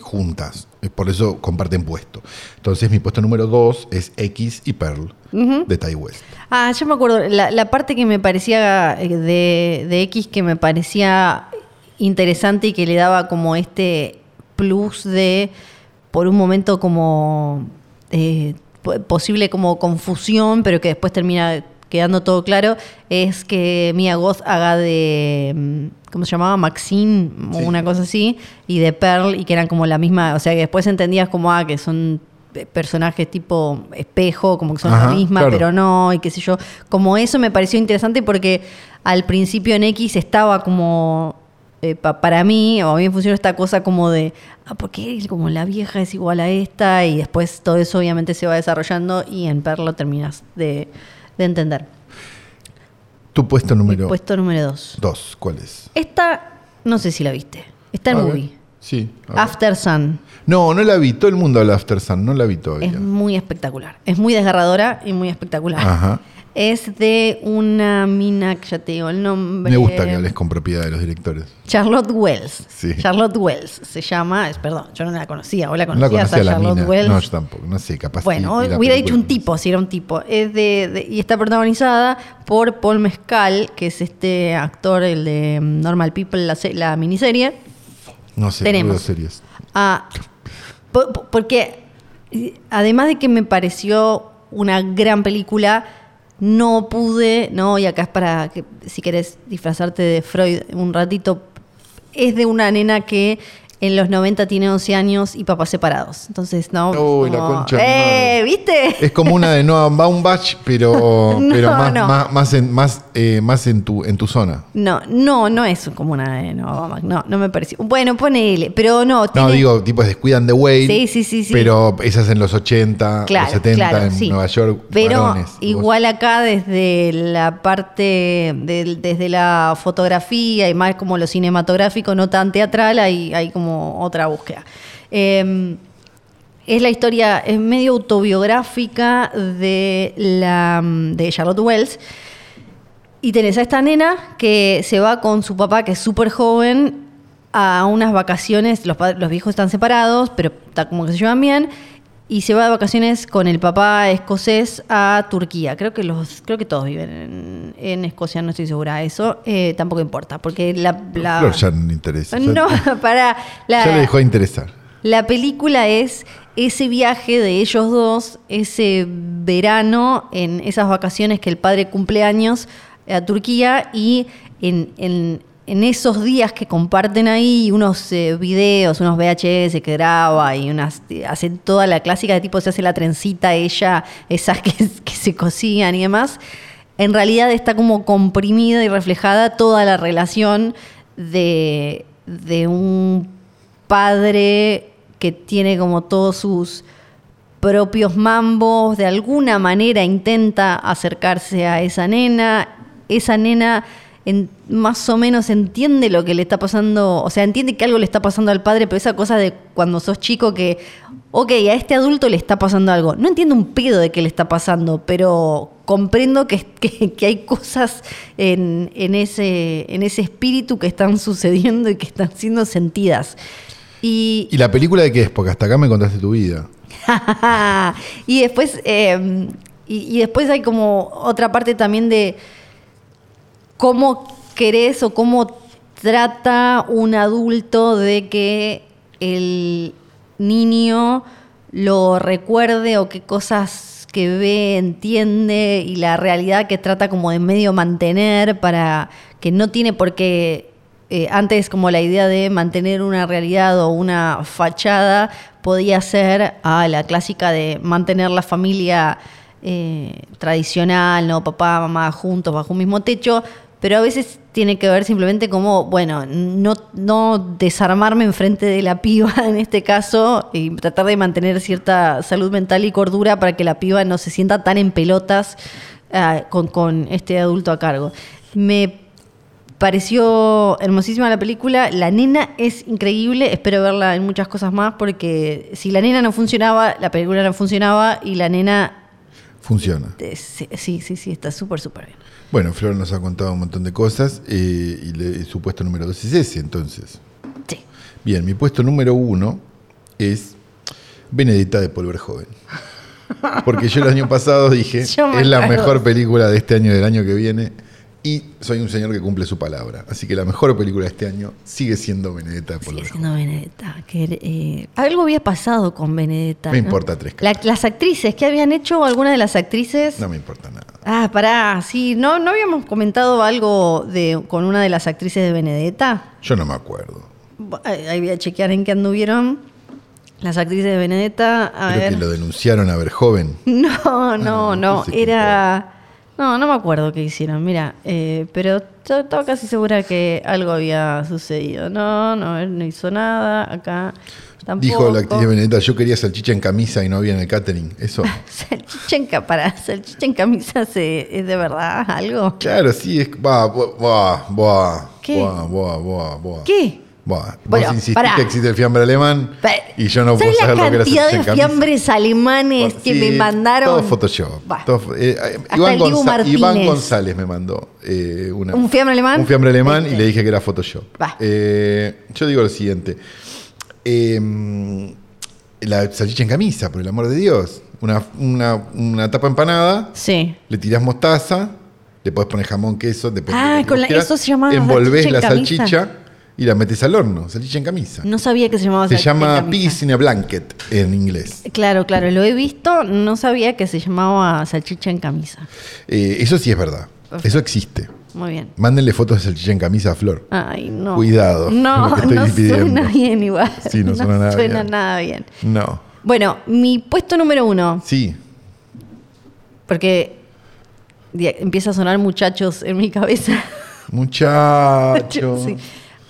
C: Juntas. Eh, Por eso comparten puesto. Entonces, mi puesto número 2 es X y Pearl de Ty West.
B: Ah, yo me acuerdo, la, la parte que me parecía eh, de, de X que me parecía interesante y que le daba como este plus de, por un momento como eh, po- posible como confusión, pero que después termina quedando todo claro, es que Mia Goth haga de, mm, ¿cómo se llamaba? Maxine o
C: Sí.
B: una cosa así, y de Pearl, y que eran como la misma, o sea, que después entendías como, ah, que son eh, personajes tipo espejo, como que son la
C: Ajá,
B: misma,
C: claro.
B: pero no, y qué sé yo. Como eso me pareció interesante porque al principio en X estaba como. eh, pa- para mí, o a mí me funcionó esta cosa como de, ah, ¿por qué como la vieja es igual a esta? Y después todo eso obviamente se va desarrollando y en Perlo terminas de, de entender.
C: Tu puesto número
B: Mi puesto número dos.
C: 2, ¿cuál es?
B: Esta, no sé si la viste. Está en
C: A ver.
B: movie.
C: Sí. a ver.
B: After Sun.
C: No, no la vi. Todo el mundo habla de After Sun. No la vi todavía.
B: Es muy espectacular. Es muy desgarradora y muy espectacular.
C: Ajá.
B: Es de una mina que ya te digo el nombre.
C: Me gusta que hables con propiedad de los directores.
B: Charlotte Wells.
C: Sí.
B: Charlotte Wells se llama. es- Perdón, yo no la conocía. ¿Vos la
C: No la
B: conocías
C: conocía
B: a
C: la
B: Charlotte
C: mina.
B: Wells?
C: No, yo tampoco. No sé, capaz.
B: Bueno,
C: sí, vi la
B: hubiera
C: película.
B: dicho un tipo, si era un tipo. Es de, de- y está protagonizada por Paul Mescal, que es este actor, el de mm, Normal People, la, se- la miniserie.
C: No sé,
B: Tenemos.
C: veo series.
B: Ah, po- po- porque eh, además de que me pareció una gran película, no pude, no, y acá es para que si querés disfrazarte de Freud un ratito, es de una nena que en los 90 tiene 11 años y papás separados. Entonces, no.
C: Uy, la
B: como,
C: concha de
B: ¡Eh!
C: madre.
B: ¿Viste?
C: Es como una de Noah Baumbach, pero,
B: No,
C: pero más,
B: no.
C: más, más en, más, eh, más en, tu, en tu zona.
B: No, no, no es como una. eh, No, no, no me pareció. Bueno, ponele, pero no.
C: No,
B: tiene-
C: digo, tipo descuidan The Whale.
B: Sí, sí, sí, sí.
C: Pero esas en los 80, los 70, en
B: sí.
C: Nueva York,
B: Pero
C: varones.
B: igual acá desde la parte, del- desde la fotografía y más como lo cinematográfico, no tan teatral, hay, hay como otra búsqueda. Eh, es la historia, es medio autobiográfica de, la, de Charlotte Wells. Y tenés a esta nena que se va con su papá, que es súper joven, a unas vacaciones. Los, pa- los viejos están separados, pero está como que se llevan bien. Y se va de vacaciones con el papá escocés a Turquía. Creo que los, creo que todos viven en, en Escocia, no estoy segura de eso. Eh, tampoco importa, porque la. la-
C: Flor ya no le interesa.
B: no,
C: ya,
B: para. La,
C: ya le dejó de interesar.
B: la película es ese viaje de ellos dos, ese verano, en esas vacaciones que el padre cumple años eh, a Turquía y en, en- en esos días que comparten ahí unos eh, videos, unos VHS que graba y unas hacen toda la clásica de tipo se hace la trencita ella, esas que, que se cocían y demás. En realidad está como comprimida y reflejada toda la relación de, de un padre que tiene como todos sus propios mambos, de alguna manera intenta acercarse a esa nena, esa nena en- más o menos entiende lo que le está pasando, o sea, entiende que algo le está pasando al padre, pero esa cosa de cuando sos chico que, ok, a este adulto le está pasando algo, no entiendo un pedo de qué le está pasando, pero comprendo que, que- que hay cosas en, en ese, en ese espíritu que están sucediendo y que están siendo sentidas. Y,
C: ¿Y la película de qué es? Porque hasta acá me contaste tu vida.
B: y después eh, y, y después hay como otra parte también de cómo querés o cómo trata un adulto de que el niño lo recuerde o qué cosas que ve, entiende y la realidad que trata como de medio mantener para que no tiene por qué. eh, antes, como la idea de mantener una realidad o una fachada, podía ser ah, la clásica de mantener la familia eh, tradicional, ¿no? Papá, mamá, juntos, bajo un mismo techo. Pero a veces tiene que ver simplemente como, bueno, no, no desarmarme enfrente de la piba en este caso y tratar de mantener cierta salud mental y cordura para que la piba no se sienta tan en pelotas ah, con, con este adulto a cargo. Me pareció hermosísima la película. La nena es increíble. Espero verla en muchas cosas más porque si la nena no funcionaba, la película no funcionaba y la nena.
C: Funciona.
B: eh, sí, sí, sí, sí, está súper, súper bien.
C: Bueno, Flor nos ha contado un montón de cosas eh, y le- su puesto número dos es ese, entonces.
B: Sí.
C: Bien, mi puesto número uno es Benedicta de Paul Joven. Porque yo el año pasado dije, es
B: Yo me
C: la
B: acuerdo.
C: mejor película de este año y del año que viene. Y soy un señor que cumple su palabra. Así que la mejor película de este año sigue siendo Benedetta de
B: Sigue
C: Polverjoven.
B: siendo Benedetta. que, eh, algo había pasado con Benedetta.
C: Me
B: ¿no?
C: importa tres
B: La-
C: carajos.
B: las actrices, ¿qué habían hecho algunas de las actrices?
C: No me importa nada.
B: Ah, pará, sí, ¿no, ¿no habíamos comentado algo de, con una de las actrices de Benedetta?
C: Yo no me acuerdo.
B: Bu- Ahí ahí voy a chequear en qué anduvieron las actrices de Benedetta. A
C: Creo
B: ver.
C: que lo denunciaron a ver joven.
B: No, no, no.
C: Ah, entonces,
B: Era. No, no me acuerdo qué hicieron, mira. eh, pero yo estaba casi segura que algo había sucedido. No, no, él no hizo nada. Acá tampoco.
C: Dijo la actriz de Benedetta, yo quería salchicha en camisa y no había en el catering. Eso.
B: Salchicha en ca- pará, salchicha en camisa se- es de verdad algo.
C: Claro, sí, es. Va, va, va.
B: ¿Qué?
C: Va, va, va, va.
B: ¿Qué?
C: Va.
B: Bueno,
C: Vos insistís
B: pará.
C: que existe el fiambre alemán
B: Pero,
C: y yo no puedo
B: ¿sabes
C: saber
B: la
C: lo que era
B: cantidad
C: salchicha
B: de
C: en camisa.
B: fiambres alemanes que
C: Sí,
B: me mandaron?
C: Todo Photoshop.
B: Bah.
C: Todo fo- eh, eh,
B: Hasta
C: Iván,
B: el Dibu
C: Gonza-
B: Martínez.
C: Iván González me mandó eh, una-
B: ¿Un fiambre alemán?
C: Un fiambre alemán y
B: Este.
C: le dije que era Photoshop.
B: Bah.
C: Eh, yo digo lo siguiente. Eh, la salchicha en camisa, por el amor de Dios. Una, una, una tapa empanada,
B: Sí.
C: le tirás mostaza, le podés poner jamón, queso, depende.
B: Ah,
C: de lo que
B: con
C: vos
B: la-
C: quieras.
B: eso se llamaba
C: Envolvés
B: salchicha en
C: la
B: camisa.
C: salchicha y la metes al horno, salchicha en camisa.
B: No sabía que se llamaba
C: se
B: salchicha en
C: llama
B: camisa.
C: pig in a blanket en inglés.
B: Claro, claro, lo he visto, no sabía que se llamaba salchicha en camisa.
C: Eh, eso sí es verdad. Eso existe.
B: Muy bien.
C: Mándenle fotos de salchicha en camisa a Flor.
B: Ay, no.
C: Cuidado con lo
B: No,
C: que estoy
B: no
C: pidiendo.
B: suena bien igual.
C: Sí, no suena nada
B: suena
C: bien.
B: nada bien.
C: No.
B: Bueno, mi puesto número uno,
C: Sí.
B: porque di- empieza a sonar muchachos en mi cabeza.
C: Muchacho.
B: Sí.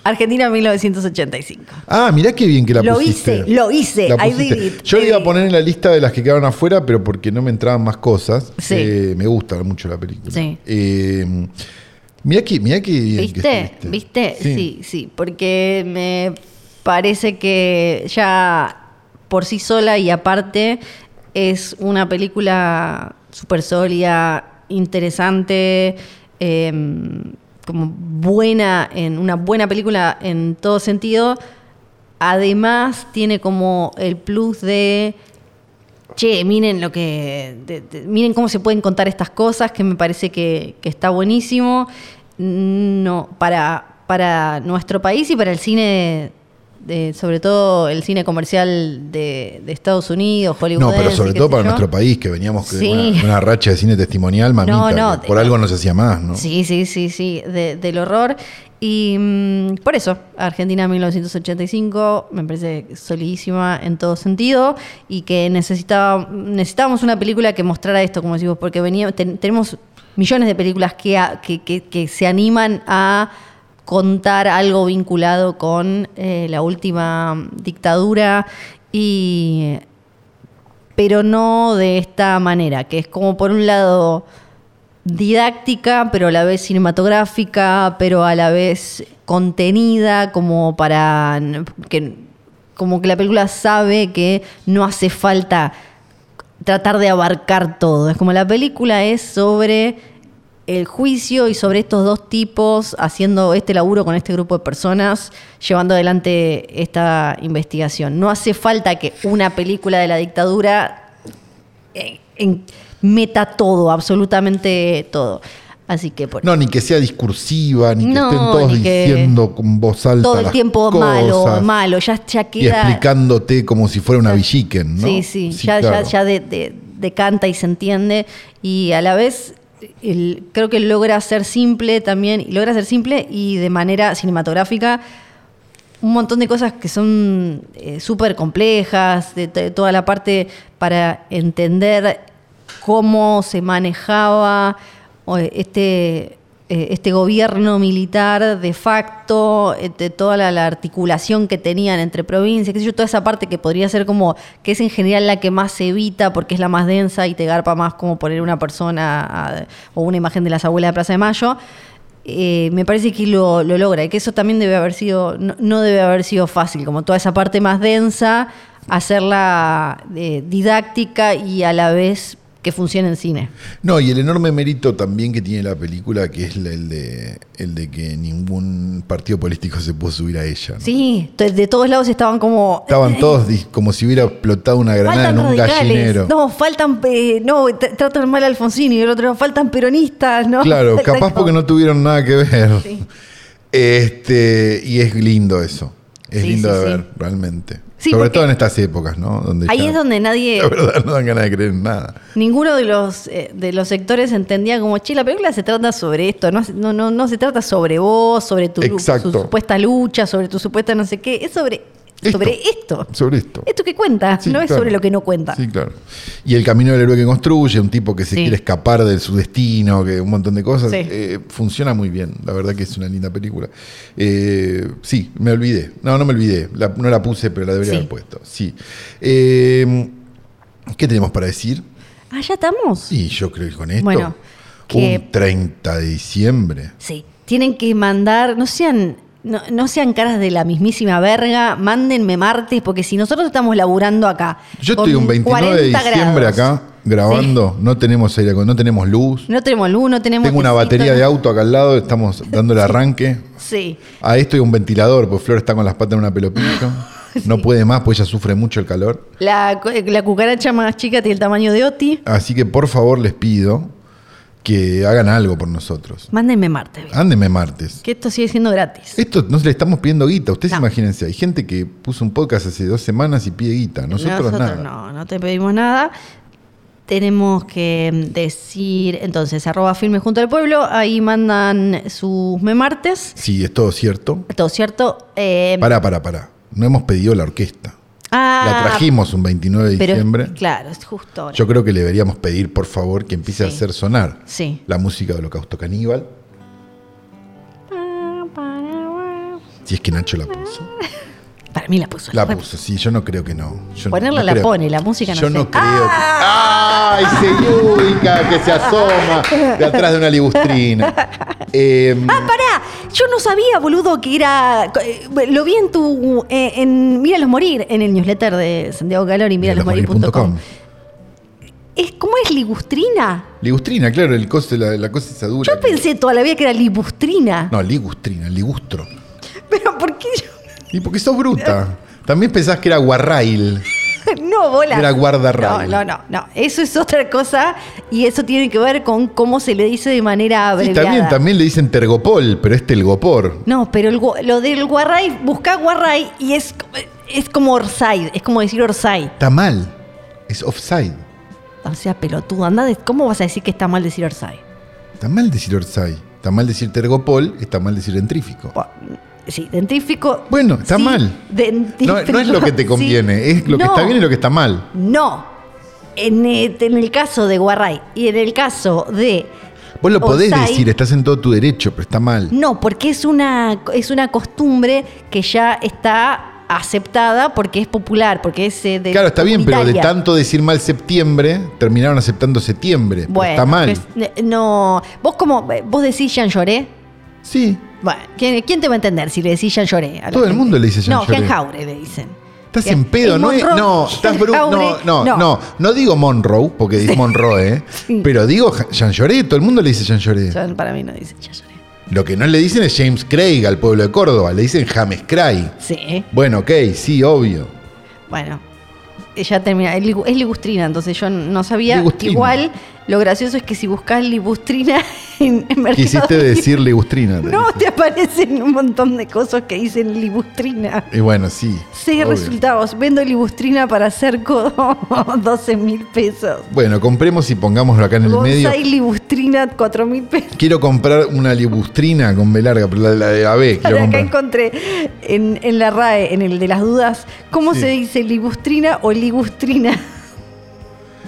B: Argentina 1985.
C: Ah, mirá qué bien que la
B: Lo
C: pusiste.
B: hice, lo hice.
C: La
B: I did
C: pusiste.
B: it. Eh,
C: Yo
B: I
C: la iba a
B: did
C: poner en la lista de las que quedaron afuera, pero porque no me entraban más cosas.
B: Sí.
C: Eh, me gusta mucho la película.
B: Sí.
C: Eh, mirá que, mirá que bien que
B: ¿Viste?
C: estuviste.
B: ¿Viste? Sí. sí, porque me parece que ya por sí sola y aparte es una película súper sólida, interesante, em, como buena, en una buena película en todo sentido. Además tiene como el plus de che, miren lo que. de- de- miren cómo se pueden contar estas cosas, que me parece que, que está buenísimo. No, para, para nuestro país y para el cine. de- sobre todo el cine comercial de, de Estados Unidos, Hollywood.
C: No, pero sobre todo para nuestro país, que veníamos con
B: Sí.
C: una, una racha de cine testimonial, mamita.
B: no,
C: que por
B: eh,
C: algo nos hacía más, ¿no?
B: Sí, sí, sí, sí, de- del horror. Y mm, por eso, Argentina 1985 me parece solidísima en todo sentido y que necesitaba, necesitábamos una película que mostrara esto, como decimos, porque venía, ten- tenemos millones de películas que, a- que, que- que se animan a contar algo vinculado con eh, la última dictadura y pero no de esta manera, que es como por un lado didáctica, pero a la vez cinematográfica, pero a la vez contenida, como para que como que la película sabe que no hace falta tratar de abarcar todo. Es como la película es sobre el juicio y sobre estos dos tipos haciendo este laburo con este grupo de personas, llevando adelante esta investigación. No hace falta que una película de la dictadura eh, en- meta todo, absolutamente todo. Así que por
C: No, ni que sea discursiva, ni que
B: No,
C: estén todos
B: ni que-
C: diciendo con voz alta.
B: todo el
C: las
B: tiempo
C: cosas
B: malo, malo, ya, ya
C: Y
B: queda...
C: explicándote como si fuera una villiquen, ¿no?
B: Sí, sí, ya, ya-
C: claro.
B: ya de- de- decanta y se entiende. Y a la vez el- creo que logra ser simple también, logra ser simple y de manera cinematográfica un montón de cosas que son eh, súper complejas, de, t- toda la parte para entender cómo se manejaba o, eh, este, eh, este gobierno militar de facto, eh, de toda la, la articulación que tenían entre provincias, qué sé yo, toda esa parte que podría ser como, que es en general la que más se evita porque es la más densa y te garpa más como poner una persona a- o una imagen de las abuelas de Plaza de Mayo eh, me parece que lo, lo logra y que eso también debe haber sido, no, no debe haber sido fácil, como toda esa parte más densa, hacerla eh, didáctica y a la vez que funcione en cine.
C: No, y el enorme mérito también que tiene la película, que es la- el de, el de que ningún partido político se pudo subir a ella. ¿no?
B: Sí, to- de todos lados estaban como...
C: Estaban todos dis- como si hubiera explotado una granada
B: Faltan
C: en un gallinero.
B: radicales, no, faltan, eh, no, tra- tratan mal a Alfonsín y el otro, faltan peronistas, ¿no?
C: Claro,
B: Faltan
C: capaz porque
B: como-
C: no tuvieron nada que ver. Este, y es lindo eso. Es
B: Sí,
C: lindo
B: sí,
C: de
B: sí.
C: ver, realmente.
B: Sí,
C: Sobre
B: porque-
C: todo en estas épocas, ¿no? Donde
B: Ahí
C: ya,
B: es donde nadie...
C: La verdad, no dan ganas de creer en nada.
B: Ninguno de los, eh, de los sectores entendía como, che, la película se trata sobre esto, no, no, no, no se trata sobre vos, sobre tu, lu-
C: Exacto.
B: su supuesta lucha, sobre tu supuesta no sé qué, es sobre
C: Esto.
B: sobre esto.
C: Sobre esto.
B: Esto que cuenta,
C: Sí,
B: no es
C: claro.
B: sobre lo que no cuenta.
C: Sí, claro. Y el camino del héroe que construye, un tipo que se
B: Sí.
C: quiere escapar de su destino, que un montón de cosas,
B: Sí.
C: eh, funciona muy bien. La verdad que es una linda película. Eh, sí, me olvidé. No, no me olvidé. La- no la puse, pero la debería
B: Sí.
C: haber puesto. Sí. Eh, ¿Qué tenemos para decir?
B: Ah, ya estamos.
C: Y yo creo que con esto,
B: Bueno, que-
C: un 30 de diciembre.
B: Sí, tienen que mandar, no sean, no, no sean caras de la mismísima verga, mándenme martes, porque si nosotros estamos laburando acá.
C: Yo
B: con
C: estoy un 29 de
B: 40
C: diciembre
B: grados,
C: acá grabando, no tenemos aire, acon- no tenemos luz,
B: No tenemos luz, no tenemos.
C: tengo una
B: tecito,
C: batería
B: no-
C: de auto acá al lado, estamos dando el arranque.
B: Sí.
C: A esto y un ventilador, porque Flor está con las patas en una pelopita. No puede más, pues ella sufre mucho el calor.
B: La, cu- la cucaracha más chica tiene el tamaño de Oti.
C: Así que por favor les pido que hagan algo por nosotros.
B: Mándenme martes.
C: Ándeme martes.
B: Que esto sigue siendo gratis.
C: Esto no le estamos pidiendo guita, ustedes
B: No.
C: imagínense, hay gente que puso un podcast hace dos semanas y pide guita, nosotros, nada.
B: no, no te pedimos nada. Tenemos que mm, decir, entonces, arroba filme junto al pueblo, ahí mandan sus memartes.
C: Sí, es todo cierto.
B: Todo cierto. Eh,
C: Pará, pará, pará. No hemos pedido la orquesta.
B: ah,
C: La trajimos un 29 de
B: pero es-
C: diciembre.
B: claro, es justo ahora.
C: Yo creo que le deberíamos pedir, por favor, que empiece a
B: Sí.
C: hacer sonar
B: Sí.
C: la música de Holocausto Caníbal. Si es que Nacho la puso.
B: Para mí la puso.
C: La puso, sí, yo no creo que no.
B: Ah.
C: Yo no-
B: Ponerla
C: no
B: la
C: creo.
B: pone, la música no
C: Yo
B: sé.
C: no creo que. ¡Ay! Se ubica, que se asoma de atrás de una libustrina. Em,
B: Ah, pará. Yo no sabía, boludo, que era. eh, Lo vi en tu. eh, en Míralos Morir, en el newsletter de Santiago Calori, míralosmorir.com.
C: miralosmorir.com.
B: ¿Es, ¿Cómo es ligustrina?
C: Ligustrina, claro, el coste, la, la cosa esa dura.
B: Yo pensé toda la vida que era libustrina.
C: No, ligustrina, ligustro.
B: Pero ¿por qué yo?
C: Y porque sos bruta. También pensás que era guarrail.
B: No, bola.
C: Era guardarrail.
B: No, no, no, no. Eso es otra cosa y eso tiene que ver con cómo se le dice de manera
C: Sí,
B: abreviada.
C: también, también le dicen tergopol, pero este es telgopor.
B: No, pero el gu- lo del guarray, buscá guarray y es, es como orsay, es como decir orsay.
C: Está mal. Es offside.
B: O sea, pelotudo, anda, de- ¿cómo vas a decir que está mal decir orsay?
C: Está mal decir orsay. Está mal decir tergopol, está mal decir dentrífico.
B: Bueno, Sí, dentífico.
C: Bueno, está
B: sí,
C: mal. No,
B: dentífico,
C: no es lo que te
B: sí.
C: conviene, es lo que
B: No.
C: está bien y lo que está mal.
B: No. En, eh, en el caso de Guarray y en el caso de.
C: Vos lo podés
B: Orsay,
C: decir, estás en todo tu derecho, pero está mal.
B: No, porque es una, es una costumbre que ya está aceptada porque es popular, porque es eh, de.
C: claro, está bien, pero de
B: comunitaria.
C: tanto decir mal septiembre, terminaron aceptando septiembre. pero
B: Bueno,
C: está mal.
B: pues, no. Vos como. Vos decís Jean Lloré.
C: Sí,
B: Bueno, ¿quién, quién te va a entender si le decís Jean Lloré? a la
C: Todo el
B: gente?
C: mundo le dice Jean
B: no,
C: Lloré.
B: Jean Jaure le dicen.
C: Estás
B: Bien.
C: en pedo,
B: El
C: no es-
B: Monroe-
C: No, estás
B: Jean
C: bru-
B: Jaure,
C: No, no, no, no. digo Monroe, porque digo Monroe, ¿eh?
B: Sí.
C: Pero digo Ja- Jean Lloré, todo el mundo le dice Jean Lloré.
B: Yo- para mí no dice Jean Lloré.
C: Lo que no le dicen es James Craig al pueblo de Córdoba, le dicen James Craig.
B: Sí.
C: Bueno, ok, sí, obvio.
B: Bueno, ya termina. Es ligu- es ligustrina, entonces yo no sabía.
C: Ligustrina.
B: Igual Lo gracioso es que si buscas libustrina en, en Mercado
C: Quisiste
B: Libre,
C: decir ligustrina. te
B: No,
C: dice.
B: te aparecen un montón de cosas que dicen libustrina.
C: Y bueno, sí.
B: Seis
C: obvio.
B: resultados. Vendo libustrina para cerco 12 mil pesos.
C: Bueno, compremos y pongámoslo acá en el medio.
B: Bonsai libustrina 4 mil pesos.
C: Quiero comprar una libustrina con B larga, pero la, la de AB quiero
B: Ahora acá
C: comprar.
B: encontré en, en la RAE, en el de las dudas, ¿cómo
C: Sí.
B: se dice libustrina o ligustrina?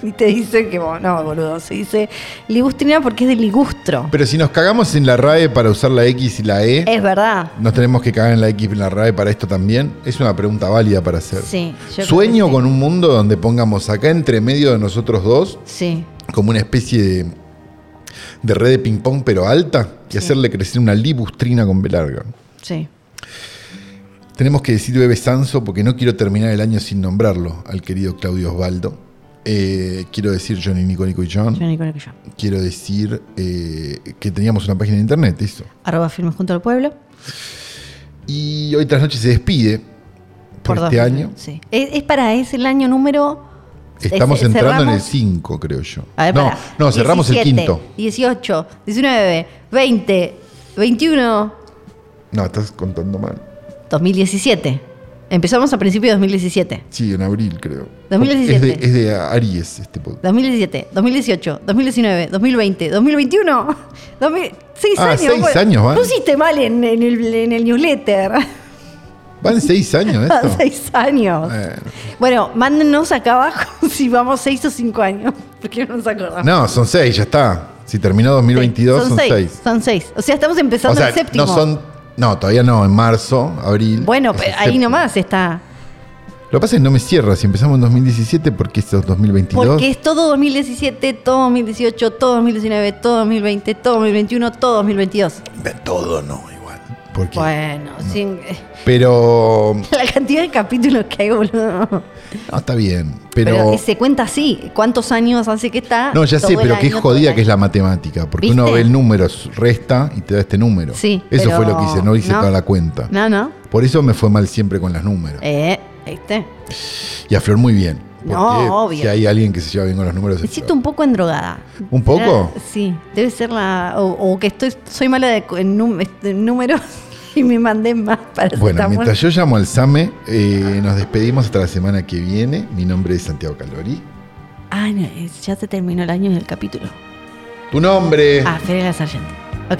B: Y te dicen que, bueno, no, boludo, se dice ligustrina porque es de ligustro.
C: Pero si nos cagamos en la RAE para usar la X y la E,
B: es verdad.
C: ¿nos tenemos que cagar en la X y en la RAE para esto también? Es una pregunta válida para hacer.
B: Sí. yo creo
C: Sueño
B: que
C: con un mundo donde pongamos acá entre medio de nosotros dos,
B: Sí.
C: como una especie de, de red de ping-pong, pero alta, y hacerle crecer una libustrina con B larga.
B: Sí, sí.
C: Tenemos que decir Bebe Sanso porque no quiero terminar el año sin nombrarlo al querido Claudio Osvaldo. Eh, quiero decir Johnny Nico Nico y John.
B: Yo ni con el que yo.
C: Quiero decir eh, que teníamos una página de internet, eso.
B: Arroba firmes junto al pueblo.
C: Y hoy tras noche se despide por,
B: dos
C: este
B: mil-
C: año.
B: Sí. Es, es para, es el año número.
C: Estamos
B: es-
C: entrando en el
B: cerramos-
C: 5, creo yo.
B: A ver,
C: no,
B: pará.
C: no, cerramos
B: 17,
C: el quinto.
B: 18, 19, 20, 21,
C: No, estás contando mal.
B: 2017. Empezamos a principios de 2017.
C: Sí, en abril, creo.
B: 2017.
C: Es de, es de Aries este podcast.
B: 2017, 2018, 2019, 2020, 2021. 2000 seis
C: Ah,
B: años.
C: seis años van.
B: Pusiste mal en, en el, en el newsletter.
C: Van seis años esto. Eh.
B: seis años.
C: Bueno.
B: Bueno, mándenos acá abajo si vamos seis o cinco años. Porque no nos acordamos.
C: No, son seis, ya está. Si terminó 2022, son seis.
B: Son seis. O sea, estamos empezando
C: O sea,
B: el séptimo.
C: no son. No, todavía no, en marzo, abril.
B: Bueno,
C: es
B: pe-
C: el
B: ahí
C: séptimo.
B: nomás está.
C: Lo que pasa es que no me cierra. Si empezamos en 2017, ¿por qué estos 2022?
B: Porque es todo 2017, todo 2018, todo 2019, todo 2020, todo 2021, todo 2022.
C: De Todo no, igual. ¿Por qué?
B: Bueno, sin-
C: Pero.
B: la cantidad de capítulos que hay, boludo. Pero,
C: No, está bien. Pero.
B: se cuenta así. ¿Cuántos años hace que está?
C: no, ya
B: Todo
C: sé,
B: el
C: pero qué
B: año, todo el
C: jodida que es
B: año.
C: la matemática. Porque uno
B: ¿Viste?
C: ve el número, resta y te da este número.
B: Sí,
C: Eso
B: pero
C: fue lo que hice, no hice
B: no.
C: toda la cuenta.
B: No, no.
C: Por eso me fue mal siempre con los números.
B: Eh, ¿viste?
C: Y a Flor muy bien.
B: No,
C: porque
B: obvio.
C: Si hay alguien que se lleva bien con los números.
B: Me
C: es
B: siento
C: Flor.
B: un poco endrogada.
C: ¿Un poco?
B: Será- Sí, debe ser la. O, o que estoy, soy mala de, cu- en, num- este, en números y me mandé más para
C: Bueno,
B: esta
C: mientras yo llamo al SAME, eh, nos despedimos hasta la semana que viene. Mi nombre es Santiago Calori.
B: muerte. Ah, no, es- ya se terminó el año del capítulo.
C: Tu nombre.
B: Ah, Feria la Sargento. Ok.